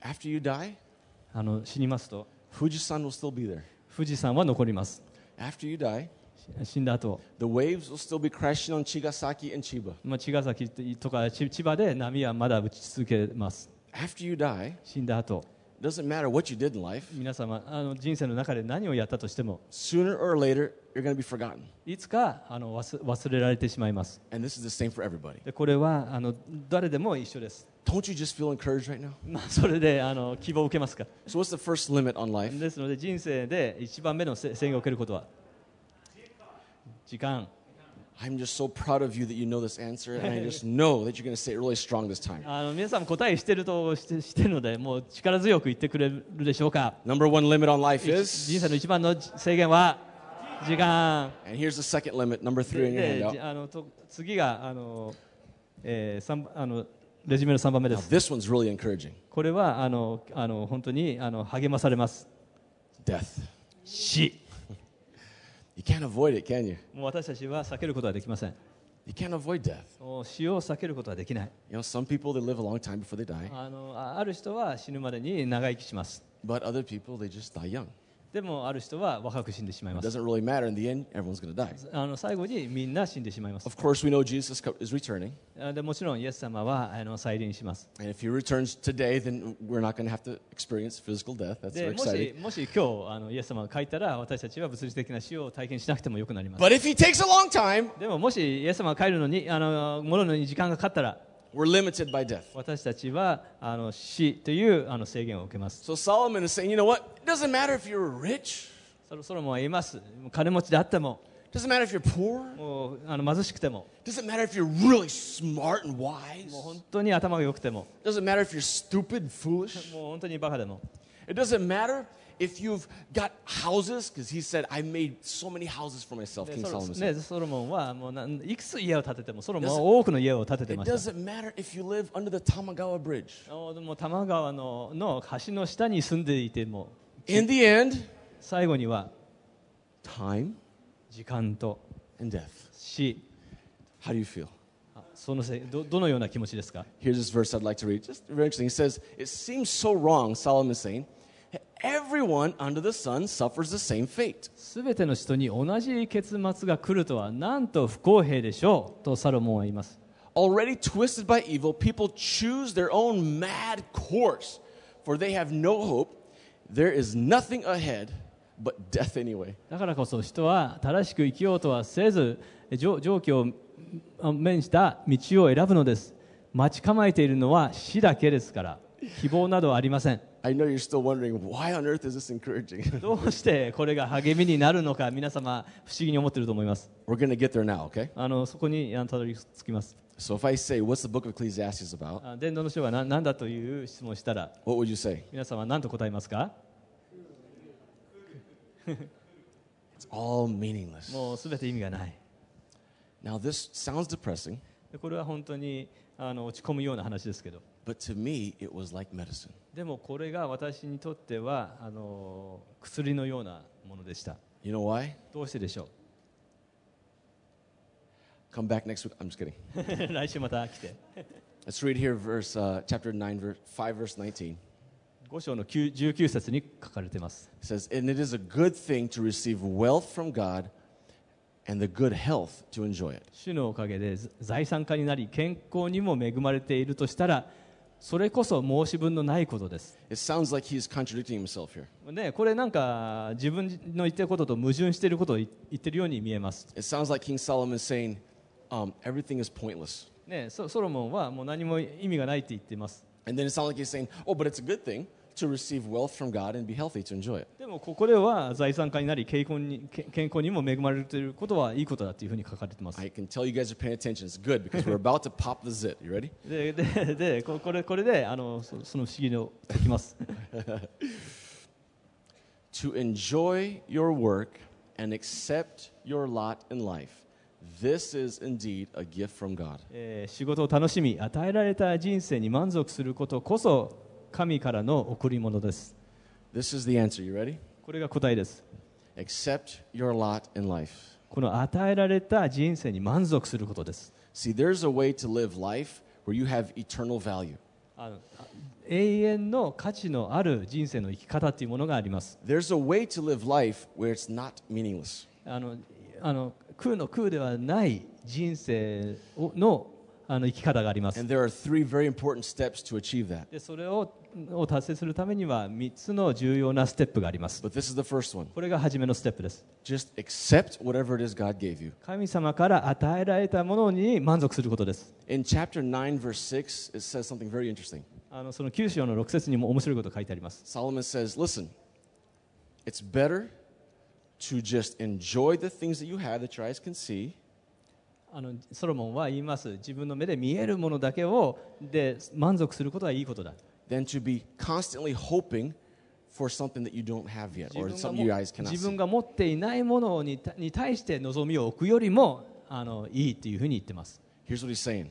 Speaker 1: After you die,
Speaker 2: あの死にますと
Speaker 1: Fujisan will still be there.
Speaker 2: 富士山は残ります
Speaker 1: After you die,
Speaker 2: 死んだ後
Speaker 1: the waves will still be crashing on Chigasaki and Chiba.
Speaker 2: まあ、茅ヶ崎とかち千葉で波はまだ打ち続けます。
Speaker 1: After you die,
Speaker 2: 死んだ後
Speaker 1: it doesn't matter what you did in life,
Speaker 2: 皆様あの人生の中で何をやったとしても
Speaker 1: sooner or later, you're going to be forgotten.
Speaker 2: いつかあの忘忘れられてしまいます
Speaker 1: And this is the same for everybody.
Speaker 2: でこれはあの誰でも一緒です
Speaker 1: Don't you just feel encouraged right now?
Speaker 2: まあそれであの希望を受けますか
Speaker 1: So, what's the first limit on life?
Speaker 2: ですので人生で一番目のせ制限を受けることは時間
Speaker 1: I'm just so proud of you that you know this answer, and I just know that you're going to say it really strong this time.
Speaker 2: あの皆さんも答えしてるとしてしてるのでもう力強く言ってくれるでしょうか
Speaker 1: Number one limit on life
Speaker 2: 人
Speaker 1: is,
Speaker 2: 生の一番の制限は時間
Speaker 1: and here's the second limit, number
Speaker 2: で
Speaker 1: three on your
Speaker 2: で
Speaker 1: handout.
Speaker 2: じあのと次があの、えー、三あのレジュメの3番目で
Speaker 1: Now,
Speaker 2: す。
Speaker 1: this one's really encouraging
Speaker 2: これはあのあの本当にあの励まされます。
Speaker 1: death.
Speaker 2: 死。
Speaker 1: You can't avoid it, can you?
Speaker 2: もう私たちは避けることはできません。
Speaker 1: You can't avoid death.
Speaker 2: もう死を避けることはできない。
Speaker 1: You know, some people, they live a long time before they die,
Speaker 2: あのあある人は死ぬまでに長生きします。
Speaker 1: but other people, they just die young.
Speaker 2: でもある人は若く死んでしまい
Speaker 1: It
Speaker 2: ます。
Speaker 1: doesn't really matter. In the end, everyone's going to die.
Speaker 2: あの最後にみんな死んでしまいます。
Speaker 1: Of course, we know Jesus co- is returning,
Speaker 2: あでもちろんイエス様はあの再臨します。
Speaker 1: and if he returns today, then we're not going to have to experience physical death. That's
Speaker 2: で
Speaker 1: very
Speaker 2: もし
Speaker 1: exciting.
Speaker 2: もし今日あのイエス様が書いたら私たちは物理的な死を体験しなくてもよくなります。
Speaker 1: But if he takes a long time,
Speaker 2: でももしイエス様が帰るのにあの戻るのに時間がかかったら
Speaker 1: we're limited by death.
Speaker 2: 私たちはあの死というあの制限を受けます
Speaker 1: So Solomon is saying, you know what? It doesn't matter if you're rich,
Speaker 2: ソロソロモンは言います金持ちであっても
Speaker 1: it doesn't matter if you're poor,
Speaker 2: もうあの貧しくても
Speaker 1: it doesn't matter if you're really smart and wise.
Speaker 2: もう本当に頭が良くても
Speaker 1: It doesn't matter if you're stupid and foolish.
Speaker 2: もう本当にバカでも
Speaker 1: It doesn't matter if you've got houses, because he said, I made so many houses for myself,
Speaker 2: で
Speaker 1: King
Speaker 2: ソロ
Speaker 1: Solomon
Speaker 2: ね
Speaker 1: said.
Speaker 2: ソロモンはもうなんいくつ家を建ててもソロモンは多くの家を建てて
Speaker 1: It
Speaker 2: ました
Speaker 1: doesn't matter if you live under the Tamagawa Bridge.
Speaker 2: もう多摩川のの橋の下に住んでいても
Speaker 1: In the end,
Speaker 2: 最後には
Speaker 1: time
Speaker 2: 時間と
Speaker 1: and death.
Speaker 2: 死
Speaker 1: How do you feel?
Speaker 2: あそのせどどのような気持ちですか
Speaker 1: Here's this verse I'd like to read. Just very interesting. He says, It seems so wrong, Solomon is saying, that everyone under the sun suffers the same fate.
Speaker 2: すべての人に同じ結末が来るとはなんと不公平でしょうとサロモンは言います
Speaker 1: Already twisted by evil, people choose their own mad course, for they have no hope. There is nothing ahead but death anyway.
Speaker 2: だからこそ人は正しく生きようとはせず状状況をあ面した道を選ぶのです待ち構えているのは死だけですから希望などはありません
Speaker 1: I know you're still wondering why on earth is this encouraging? <laughs>
Speaker 2: どうしてこれが励みになるのか皆様不思議に思っていると思います
Speaker 1: We're going to get there now, okay?
Speaker 2: あのそこにあのたどり着きます
Speaker 1: So if I say, What's the book of Ecclesiastes about?
Speaker 2: あ伝道の書は何何だという質問をしたら
Speaker 1: What would you say?
Speaker 2: 皆様は何と答えますか
Speaker 1: It's all meaningless.
Speaker 2: もうすべて意味がない
Speaker 1: Now, this sounds depressing,
Speaker 2: でこれは本当にあの落ち込むような話ですけど
Speaker 1: but to me, it was like medicine.
Speaker 2: でもこれが私にとってはあの薬のようなものでした
Speaker 1: You know why?
Speaker 2: どうしてでしょ
Speaker 1: Come back next week. I'm just kidding.
Speaker 2: う <laughs> 来週また来て
Speaker 1: Let's read here, verse uh, chapter 9, verse 5, verse 19.
Speaker 2: 5章の9 19節に書かれています
Speaker 1: It says, And it is a good thing to receive wealth from God and the good health to enjoy it.
Speaker 2: 主のおかげで財産家になり健康にも恵まれているとしたらそれこそ申し分のないことです、
Speaker 1: It sounds like he's contradicting himself here.
Speaker 2: ね、これなんか自分の言ってることと矛盾していることを言言ってるように見えます、
Speaker 1: It sounds like King Solomon is saying, um, Everything is pointless.
Speaker 2: ね、ソソロモンはもう何も意味がないって言っています
Speaker 1: And then it sounds like he's saying, Oh, but it's a good thing to receive wealth from God and be healthy to enjoy it.
Speaker 2: でもここでは財産家になり健康にけ健康にも恵まれていることはいいことだというふうに書かれています
Speaker 1: I can tell you guys are paying attention. It's good because we're about to pop the zit. You ready?
Speaker 2: でででここれこれであのそその不思議を解きます <laughs>
Speaker 1: To enjoy your work and accept your lot in life. This is indeed a gift from God.
Speaker 2: えー仕事を楽しみ与えられた人生に満足することこそ神からの贈り物です
Speaker 1: This is the answer. You ready?
Speaker 2: これが答えです
Speaker 1: Accept your lot in life.
Speaker 2: この与えられた人生に満足することです
Speaker 1: See, there's a way to live life where you have eternal value.
Speaker 2: あのあ永遠の価値のある人生の生き方というものがあります
Speaker 1: There's a way to live life where it's not meaningless.
Speaker 2: あのあの空の空ではない人生をのあの生き方があります
Speaker 1: And there are three very important steps to achieve that.
Speaker 2: でそれをを達成するためには3つの重要なステップがあります
Speaker 1: But this is the first one.
Speaker 2: これが初めのステップです
Speaker 1: Just accept whatever it is God gave you.
Speaker 2: 神様から与えられたものに満足することです
Speaker 1: In chapter 9, verse 6, it says something very interesting.
Speaker 2: あのその九章の6節にも面白いことが書いてあります。
Speaker 1: Solomon says, Listen, it's better to just enjoy the things that you have that your eyes can see
Speaker 2: あのソロモンは言います。自分の目で見えるものだけをで満足することはいいことだ。
Speaker 1: than to be constantly hoping for something that you don't have yet
Speaker 2: 自
Speaker 1: or
Speaker 2: 分が
Speaker 1: something your
Speaker 2: も
Speaker 1: eyes cannot
Speaker 2: 自分
Speaker 1: see.
Speaker 2: が持っていないものにたに対して望みを置くよりもあのいいというふうに言ってます。
Speaker 1: Here's what he's saying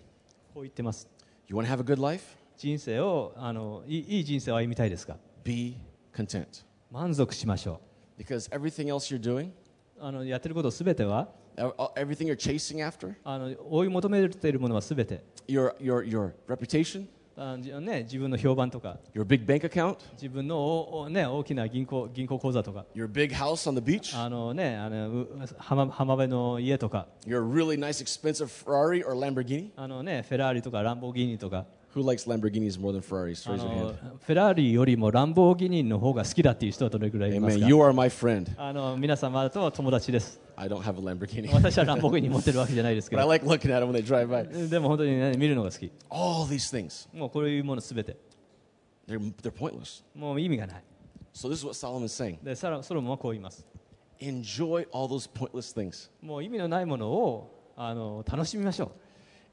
Speaker 2: こう言ってます。
Speaker 1: You want to have a good life?
Speaker 2: 人生をあのいいいい人生を歩みたいですか
Speaker 1: Be content.
Speaker 2: 満足しましょ
Speaker 1: Because everything else you're doing,
Speaker 2: う。あのやってることすべては
Speaker 1: ev- everything you're chasing after,
Speaker 2: あの追い求めているものはすべて
Speaker 1: your, your, your reputation,
Speaker 2: あの、じね、自分の評判とか
Speaker 1: your big bank account,
Speaker 2: 自分のおお、ね、大きな銀行銀行口座とか
Speaker 1: your big house on the beach,
Speaker 2: あのね、あのう浜浜辺の家とか、
Speaker 1: your really nice expensive Ferrari or Lamborghini.
Speaker 2: あのね、フェラーリとかランボギーニとか、
Speaker 1: Who likes Lamborghinis more than Ferraris?
Speaker 2: あ
Speaker 1: Raise your hand.
Speaker 2: のフェラーリよりもランボギーニの方が好きだっていう人はどれくらいいます
Speaker 1: Amen.
Speaker 2: か
Speaker 1: You are my friend.
Speaker 2: あの皆様とは友達です。
Speaker 1: I don't have a Lamborghini,
Speaker 2: 私はランボギーニ持ってるわけじゃないですけ
Speaker 1: <laughs> but I
Speaker 2: ど、
Speaker 1: like looking at them when they drive by.
Speaker 2: でも本当に、ね、見るのが好き。
Speaker 1: All these things,
Speaker 2: もうこういうものすべて、
Speaker 1: they're, they're pointless.
Speaker 2: もう意味がない。
Speaker 1: So this is what Solomon's saying.
Speaker 2: で、サラソロモンはこう言います。
Speaker 1: Enjoy all those pointless things.
Speaker 2: もう意味のないものをあの楽しみましょ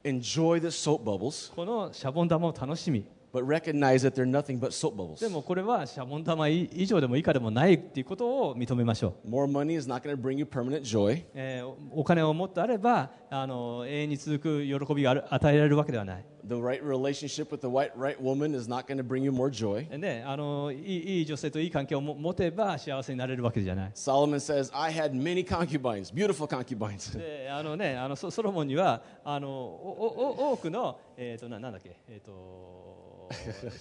Speaker 1: Enjoy the soap bubbles,
Speaker 2: う。このシャボン玉を楽しみ。
Speaker 1: but recognize that they're nothing but soap bubbles.
Speaker 2: でもこれはシャボン玉以以上でも以下でもないっていうことを認めましょう。
Speaker 1: More money is not going to bring you permanent joy.
Speaker 2: えーおお金をもっとあればあの永遠に続く喜びがある与えられるわけではない、
Speaker 1: The right relationship with the right, right woman is not going to bring you more joy.
Speaker 2: ね、あのいいいい女性といい関係をも持てば幸せになれるわけじゃない
Speaker 1: Solomon says, I had many concubines, beautiful <laughs> concubines.
Speaker 2: であの、ね、あのソソロモンにはあのおおお多くの、えー、とななんだっけ、えー、と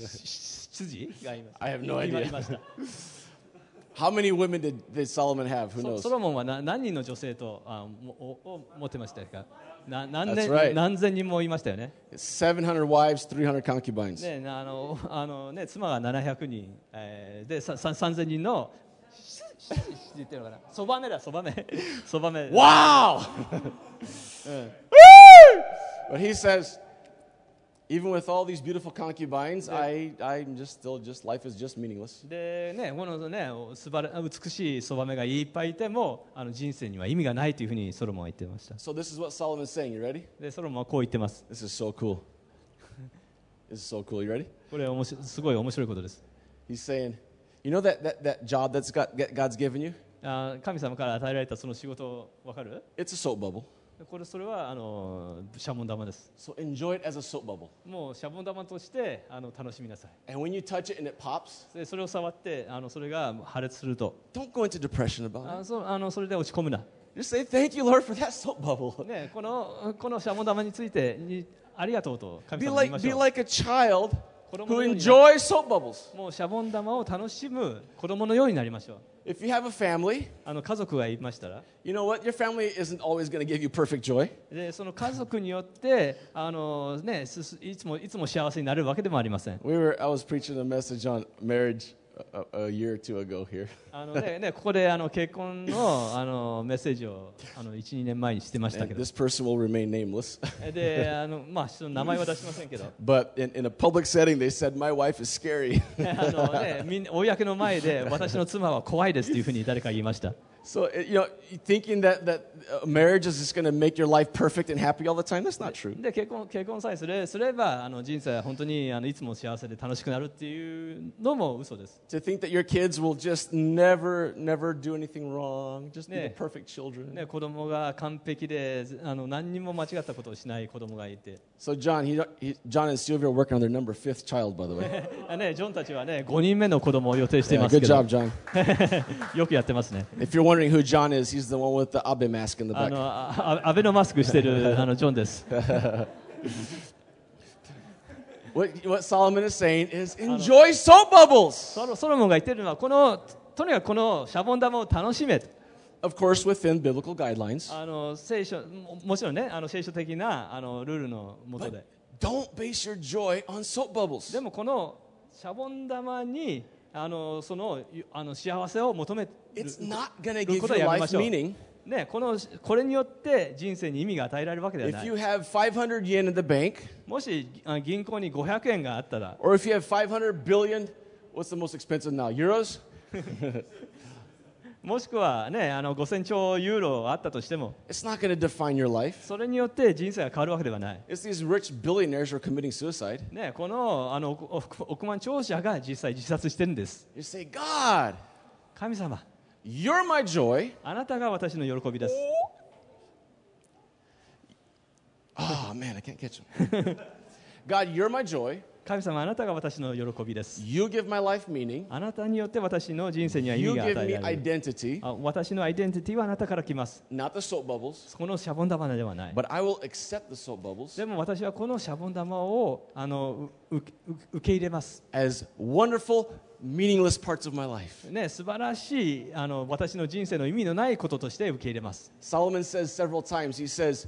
Speaker 2: し執事がいます
Speaker 1: I have no
Speaker 2: いま
Speaker 1: idea.
Speaker 2: いました
Speaker 1: How many women did, did Solomon have? Who
Speaker 2: ソ
Speaker 1: knows?
Speaker 2: ソロモンはな何人の女性とあもおお持ってましたかな何
Speaker 1: That's
Speaker 2: 年、
Speaker 1: right.
Speaker 2: 何千人もいましたよね
Speaker 1: 700 wives, 300 concubines.
Speaker 2: ねあのあのね妻が700人、えーでささ3000人のしししって言ってるのかなそばめだそばめそばめ
Speaker 1: <laughs> Wow! but he says, even with all these beautiful concubines, I, I'm just still just life is just meaningless.
Speaker 2: でねこのね素晴ら美しいそばめがいっぱいいてもあの人生には意味がないというふうにソロモンは言ってました
Speaker 1: So this is what Solomon's saying. You ready?
Speaker 2: でソロモンはこう言ってます
Speaker 1: This is so cool. <laughs> this is so cool. You ready?
Speaker 2: これ面白すごい面白いことです
Speaker 1: He's saying, you know that that, that job that's got that God's given you?
Speaker 2: あー神様から与えられたその仕事わかる
Speaker 1: It's a soap bubble.
Speaker 2: これそれはあのシャボン玉です
Speaker 1: So enjoy it as a soap bubble.
Speaker 2: もうシャボン玉としてあの楽しみなさい
Speaker 1: And when you touch it and it pops,
Speaker 2: でそれを触ってあのそれが破裂すると
Speaker 1: don't go into depression
Speaker 2: あ
Speaker 1: about
Speaker 2: のそうあのそれで落ち込むな、
Speaker 1: it. Just say, Thank you, Lord, for that soap <laughs> bubble.
Speaker 2: ね、このこのシャボン玉についてにありがとうと神
Speaker 1: Be
Speaker 2: 様に言いま
Speaker 1: like,
Speaker 2: し
Speaker 1: be
Speaker 2: ょう
Speaker 1: like a child who
Speaker 2: 子供のようになる。
Speaker 1: enjoys soap bubbles.
Speaker 2: もうシャボン玉を楽しむ子供のようになりましょう
Speaker 1: If you have a family,
Speaker 2: あの家族がいましたら
Speaker 1: you know what? Your family isn't always going to give you perfect joy.
Speaker 2: でその家族によってあの、ね、すすいつもいつも幸せになれるわけでもありません
Speaker 1: We were, I was preaching a message on marriage a, a, a year or two ago here.
Speaker 2: あの、ねね、ここであの結婚のあのメッセージをあの12年前にしてました
Speaker 1: And
Speaker 2: けど
Speaker 1: this person will remain nameless. <laughs>
Speaker 2: であの、まあ、その名前は出しませんけ <laughs> ど
Speaker 1: But in, in a public setting, they said, My wife is scary. <laughs>
Speaker 2: あの、ね、みん公の前で私の妻は怖いですというふうに誰か言いました
Speaker 1: so, it- you know, thinking that, that uh, marriage is just going to make your life perfect and happy all the time, that's not true.
Speaker 2: で結婚結婚さえすれすればあの人生は本当にあのいつも幸せで楽しくなるっていうのも嘘です
Speaker 1: To think that your kids will just never, never do anything wrong, just be
Speaker 2: Yeah.
Speaker 1: the perfect children.
Speaker 2: ね、子供が完璧であの何にも間違ったことをしない子供がいて
Speaker 1: So, John, he, he, John and Sylvia are working on their number fifth child, by the
Speaker 2: <laughs>
Speaker 1: way.
Speaker 2: あね、ジョンたちはね5人目の子供を予定してい
Speaker 1: Yeah,
Speaker 2: ますけ
Speaker 1: good
Speaker 2: ど
Speaker 1: job, John.
Speaker 2: よくやってますね
Speaker 1: If you're wondering who John is, he's the one with the Abe mask in the
Speaker 2: あ
Speaker 1: back.
Speaker 2: のああアベノマスクしてるあのジョンです
Speaker 1: What, what Solomon is saying is enjoy soap bubbles.
Speaker 2: ソロソロモンが言ってるのはこのとにかくこのシャボン玉を楽しめと
Speaker 1: Of course, within biblical guidelines.
Speaker 2: あの聖書ももちろんねあの聖書的なあのルールのもとで
Speaker 1: But don't base your joy on soap bubbles.
Speaker 2: でもこのシャボン玉にあのそのゆあの幸せを求める
Speaker 1: It's not going to
Speaker 2: る
Speaker 1: give
Speaker 2: ことは
Speaker 1: your
Speaker 2: やめま
Speaker 1: life
Speaker 2: しょう、
Speaker 1: meaning.
Speaker 2: ね、このこれによって人生に意味が与えられるわけではな
Speaker 1: If
Speaker 2: い
Speaker 1: you have 500 yen in the bank,
Speaker 2: もしあ銀行に500円があったら
Speaker 1: or if you have 500 billion, what's the most expensive now? Euros?
Speaker 2: もしくはねあの5000兆ユーロあったとしても
Speaker 1: It's not going to define your life.
Speaker 2: それによって人生が変わるわけではない、
Speaker 1: It's these rich billionaires who are committing suicide.
Speaker 2: ね、このあのお億億万長者が実際自殺してるんです
Speaker 1: You say, God,
Speaker 2: 神様
Speaker 1: you're my joy.
Speaker 2: あなたが私の喜びです
Speaker 1: Oh, man, I can't catch him. <laughs> God, you're my joy.
Speaker 2: 神様あなたが私の喜びです
Speaker 1: You give my life meaning.
Speaker 2: あなたによって私の人生には意
Speaker 1: You
Speaker 2: 味が与
Speaker 1: give
Speaker 2: え
Speaker 1: me
Speaker 2: られる
Speaker 1: identity,
Speaker 2: あ私のアイデンティティはあなたから来ます
Speaker 1: not the soap bubbles,
Speaker 2: このシャボン玉ではない
Speaker 1: but I will accept the soap bubbles
Speaker 2: でも私はこのシャボン玉をあのうう受け入れます
Speaker 1: as wonderful, meaningless parts of my life.
Speaker 2: ね、素晴らしいあの私の人生の意味のないこととして受け入れます、
Speaker 1: Solomon says several times, he says,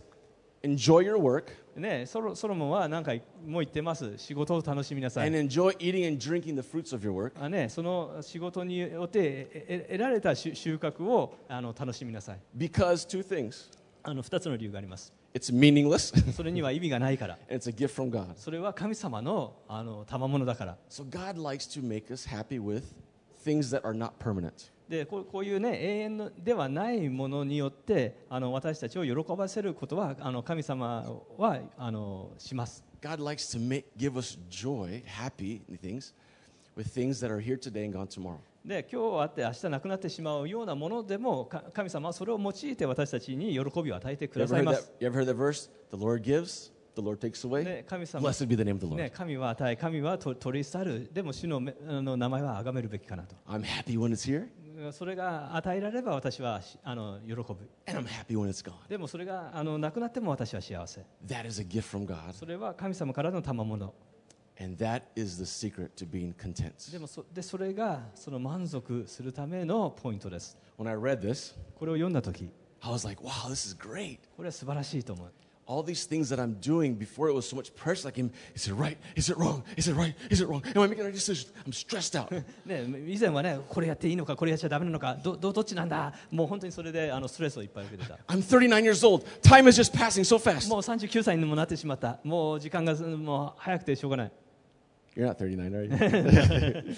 Speaker 1: enjoy your work
Speaker 2: ね、ソロソロモンは何回も言ってます仕事を楽しみなさ
Speaker 1: and
Speaker 2: い
Speaker 1: enjoy eating and drinking the fruits of your work.
Speaker 2: あ、ね、その仕事によってええ得られた収収穫をあの楽しみなさい
Speaker 1: Because two things
Speaker 2: あの2つの理由があります
Speaker 1: it's meaningless <laughs> and
Speaker 2: それには意味がないから
Speaker 1: it's a gift from God.
Speaker 2: それは神様のあの賜物だから
Speaker 1: So God likes to make us happy with things that are not permanent.
Speaker 2: でこうこういう、ね、永遠のではないものによってあの私たちを喜ばせることはあの神様はあのします
Speaker 1: God likes to make, give us joy, happy things, with things that are here today and gone tomorrow.
Speaker 2: で今日あって明日なくなってしまうようなものでもか神様はそれを用いて私たちに喜びを与えてく
Speaker 1: You ever,
Speaker 2: ださい
Speaker 1: heard
Speaker 2: ま
Speaker 1: that,
Speaker 2: す。
Speaker 1: you ever heard that verse? The Lord gives, the Lord takes away.
Speaker 2: ね、神様、
Speaker 1: Blessed be the name of the Lord.
Speaker 2: ね、神は与え、神はと取り去る、でも主のめあの名前は崇めるべきかなと。
Speaker 1: I'm happy when it's here,
Speaker 2: それが与えられれば私はしあの喜ぶ。
Speaker 1: and I'm happy when it's gone.
Speaker 2: でもそれがあのなくなっても私は幸せ。
Speaker 1: That is a gift from God,
Speaker 2: それは神様からの賜物
Speaker 1: and that is the secret to being content.
Speaker 2: でもそでそれがその満足するためのポイントです。
Speaker 1: When I read this,
Speaker 2: これを読んだとき、
Speaker 1: I was like, wow, this is great.
Speaker 2: これは素晴らしいと思う。
Speaker 1: All these things that I'm doing before it was so much pressure, like, is it right? Is it wrong? Is it right? Is it wrong? Am I making the right decision? I'm stressed out.
Speaker 2: ね、以前はねこれやっていいのかこれやっちゃダメなのかどどどっちなんだもう本当にそれであのストレスをいっぱい受けてた
Speaker 1: I'm 39 years old. Time is just passing so fast.
Speaker 2: もう39歳にもなってしまったもう時間がもう早くてしょうがない
Speaker 1: You're not 39, are you?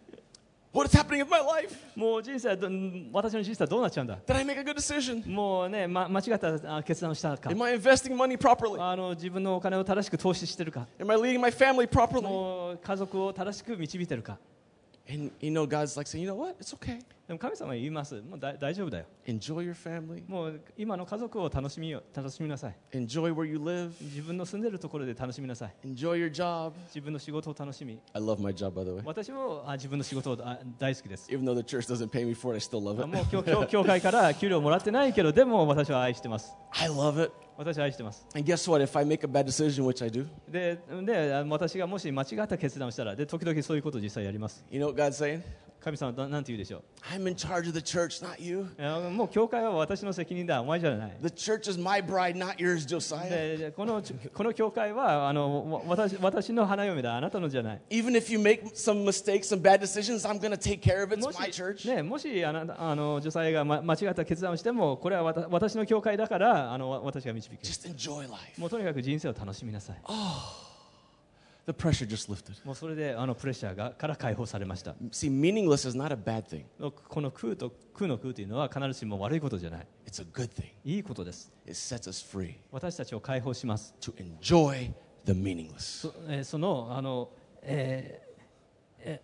Speaker 1: <laughs> what is happening with my life?
Speaker 2: もう人生はどん私の人生はどうなっちゃうんだ
Speaker 1: Did I make a good decision?
Speaker 2: もうね、ま、間違ったあ決断をしたか
Speaker 1: Am I investing money properly?
Speaker 2: あの自分のお金を正しく投資してるか
Speaker 1: Am I leading my family properly?
Speaker 2: もう家族を正しく導いてるか
Speaker 1: And you know, God's like saying, you know what? It's okay.
Speaker 2: でも神様は言います。もうだ大丈夫だよ。
Speaker 1: Enjoy your family.
Speaker 2: もう今の家族を楽しみよ楽しみなさい。
Speaker 1: Enjoy where you live.
Speaker 2: 自分の住んでるところで楽しみなさい。
Speaker 1: Enjoy your job.
Speaker 2: 自分の仕事を楽しみ。
Speaker 1: I love my job, by the way.
Speaker 2: 私もあ自分の仕事をあ大好きです。
Speaker 1: Even though the church doesn't pay me for it, I still love it.
Speaker 2: あもう教教教会から給料もらってないけど、でも私は愛してます。
Speaker 1: I love it.
Speaker 2: 私は愛してます。
Speaker 1: And guess what? If I make a bad decision, which I do,
Speaker 2: で、であ私がもし間違った決断をしたら、で時々そういうことを実際やります。
Speaker 1: you know what God's saying?
Speaker 2: 神様はななんて言うでしょう
Speaker 1: I'm in charge of the church, not you.
Speaker 2: あもう教会は私の責任だ、お前じゃない。
Speaker 1: The church is my bride, not yours, Josiah.
Speaker 2: でこのこの教会はあのわ私私の花嫁だ、あなたのじゃない。
Speaker 1: Even if you make some mistakes, some bad decisions, I'm going to take care of it.
Speaker 2: も
Speaker 1: It's my
Speaker 2: し
Speaker 1: church.
Speaker 2: ね、もしあなたあの女性が、ま、間違った決断をしても、これはわた私の教会だからあのわ私が導く。
Speaker 1: Just enjoy life.
Speaker 2: もうとにかく人生を楽しみなさい。
Speaker 1: The pressure just lifted.
Speaker 2: もうそれであのプレッシャーがから解放されました。
Speaker 1: See, meaningless is not a bad thing,
Speaker 2: この空と空の空というのは必ずしも悪いことじゃない。
Speaker 1: it's a good thing.
Speaker 2: いいことです。
Speaker 1: It sets us free
Speaker 2: 私たちを解放します。
Speaker 1: to enjoy the meaningless.
Speaker 2: そ,、えーその、あの、えーえ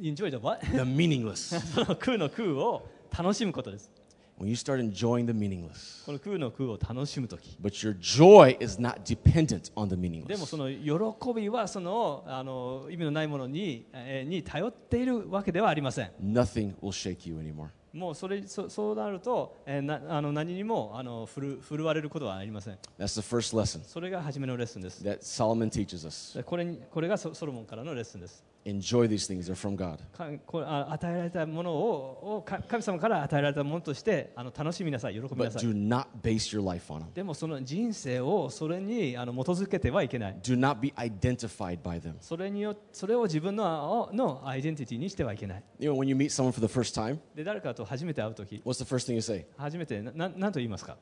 Speaker 2: ー、enjoy the what?
Speaker 1: <laughs> The meaningless.
Speaker 2: その空の空を楽しむことです。
Speaker 1: <laughs> when you start enjoying the meaningless,
Speaker 2: この空の空を楽しむとき。
Speaker 1: but your joy is not dependent on the
Speaker 2: でも
Speaker 1: meaningless.
Speaker 2: その喜びはそのあの意味のないものに,、えーに頼っているわけではありません。
Speaker 1: Nothing will shake you anymore.
Speaker 2: もうそれそそうなると、えーなあの何にもあの振る振るわれることはありません。
Speaker 1: That's the first lesson
Speaker 2: それが初めのレッスンです。
Speaker 1: that Solomon teaches us.
Speaker 2: これにこれがソソロモンからのレッスンです。
Speaker 1: Enjoy these things, they're from God.
Speaker 2: かこあ与えられたものををか神様から与えられたものとしてあの楽しみなさい、喜びな
Speaker 1: But
Speaker 2: さ
Speaker 1: do
Speaker 2: い。
Speaker 1: not base your life on them.
Speaker 2: でもその人生をそれにあの基づけてはいけない。
Speaker 1: Do not be identified by them.
Speaker 2: それによそれを自分のあのアイデンティティにしてはいけない。
Speaker 1: You know, when you meet someone for the first time,
Speaker 2: で誰かと初めて会うとき、
Speaker 1: what's the first thing you say?
Speaker 2: 初めてなななんと言いますか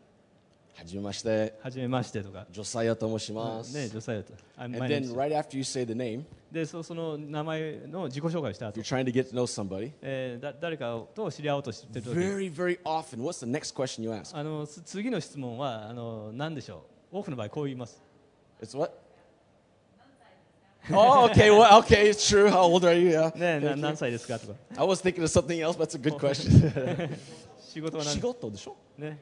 Speaker 1: Hajimashite,
Speaker 2: 初めましてとか。
Speaker 1: Josiah
Speaker 2: ね、
Speaker 1: tomoshimasu.
Speaker 2: 女性と。あ
Speaker 1: And
Speaker 2: my
Speaker 1: then
Speaker 2: name's-
Speaker 1: right after you say the name,
Speaker 2: でそ、その名前の自己紹介をした後
Speaker 1: you're、trying to get to know somebody.
Speaker 2: えーだ誰かと知り合おうとしてるとき、
Speaker 1: Very, very often, what's the next question you ask?
Speaker 2: あのつ次の質問はあの何でしょう多くの場合こう言います。
Speaker 1: It's what? Oh, okay. Well, okay, it's true. How old are you? Yeah. Oh.
Speaker 2: ねえ、な
Speaker 1: Thank you.
Speaker 2: 何歳ですかとか。
Speaker 1: I was thinking of something else, but that's a good <laughs> question.
Speaker 2: 仕事は何
Speaker 1: Shigoto desho?
Speaker 2: ね。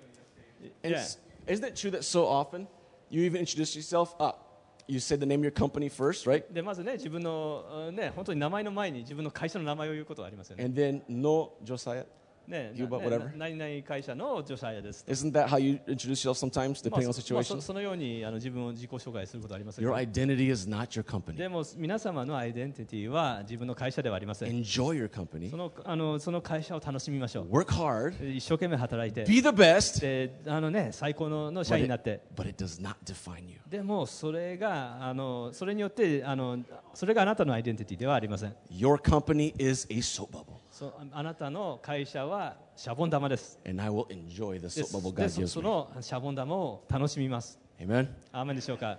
Speaker 1: And it's- Isn't it true that so often you even introduce yourself up? You say the name of your company first, right?
Speaker 2: で、まずね、自分の、うんね、本当に名前の前に自分の会社の名前を言うことはありますよね。
Speaker 1: And then no Josiah.
Speaker 2: ね、
Speaker 1: you
Speaker 2: な
Speaker 1: about
Speaker 2: ね
Speaker 1: whatever.
Speaker 2: な何々会社の女子アヤです。
Speaker 1: Isn't that how you introduce yourself sometimes,
Speaker 2: まあ
Speaker 1: depending on
Speaker 2: そまあそ
Speaker 1: situation?
Speaker 2: そのようにあの自分を自己紹介することはありません
Speaker 1: Your
Speaker 2: が。
Speaker 1: identity is not your company.
Speaker 2: でも皆様のアイデンティティは自分の会社ではありません。
Speaker 1: Enjoy your company.
Speaker 2: そのあのその会社を楽しみましょう。
Speaker 1: Work hard.
Speaker 2: 一生懸命働いて、
Speaker 1: Be the best.
Speaker 2: であのね、最高のの社
Speaker 1: But
Speaker 2: 員になって。
Speaker 1: it, but it does not define you.
Speaker 2: でもそれがあのそれによってあのそれがあなたのアイデンティティではありません。
Speaker 1: Your company is a soap bubble.
Speaker 2: そうああなたの会社はシャボン玉です。
Speaker 1: And I will enjoy the
Speaker 2: で
Speaker 1: soap bubble
Speaker 2: で
Speaker 1: God
Speaker 2: そ
Speaker 1: gives
Speaker 2: そ
Speaker 1: me.
Speaker 2: のシャボン玉を楽しみます。
Speaker 1: Amen.
Speaker 2: アーメンでしょうか。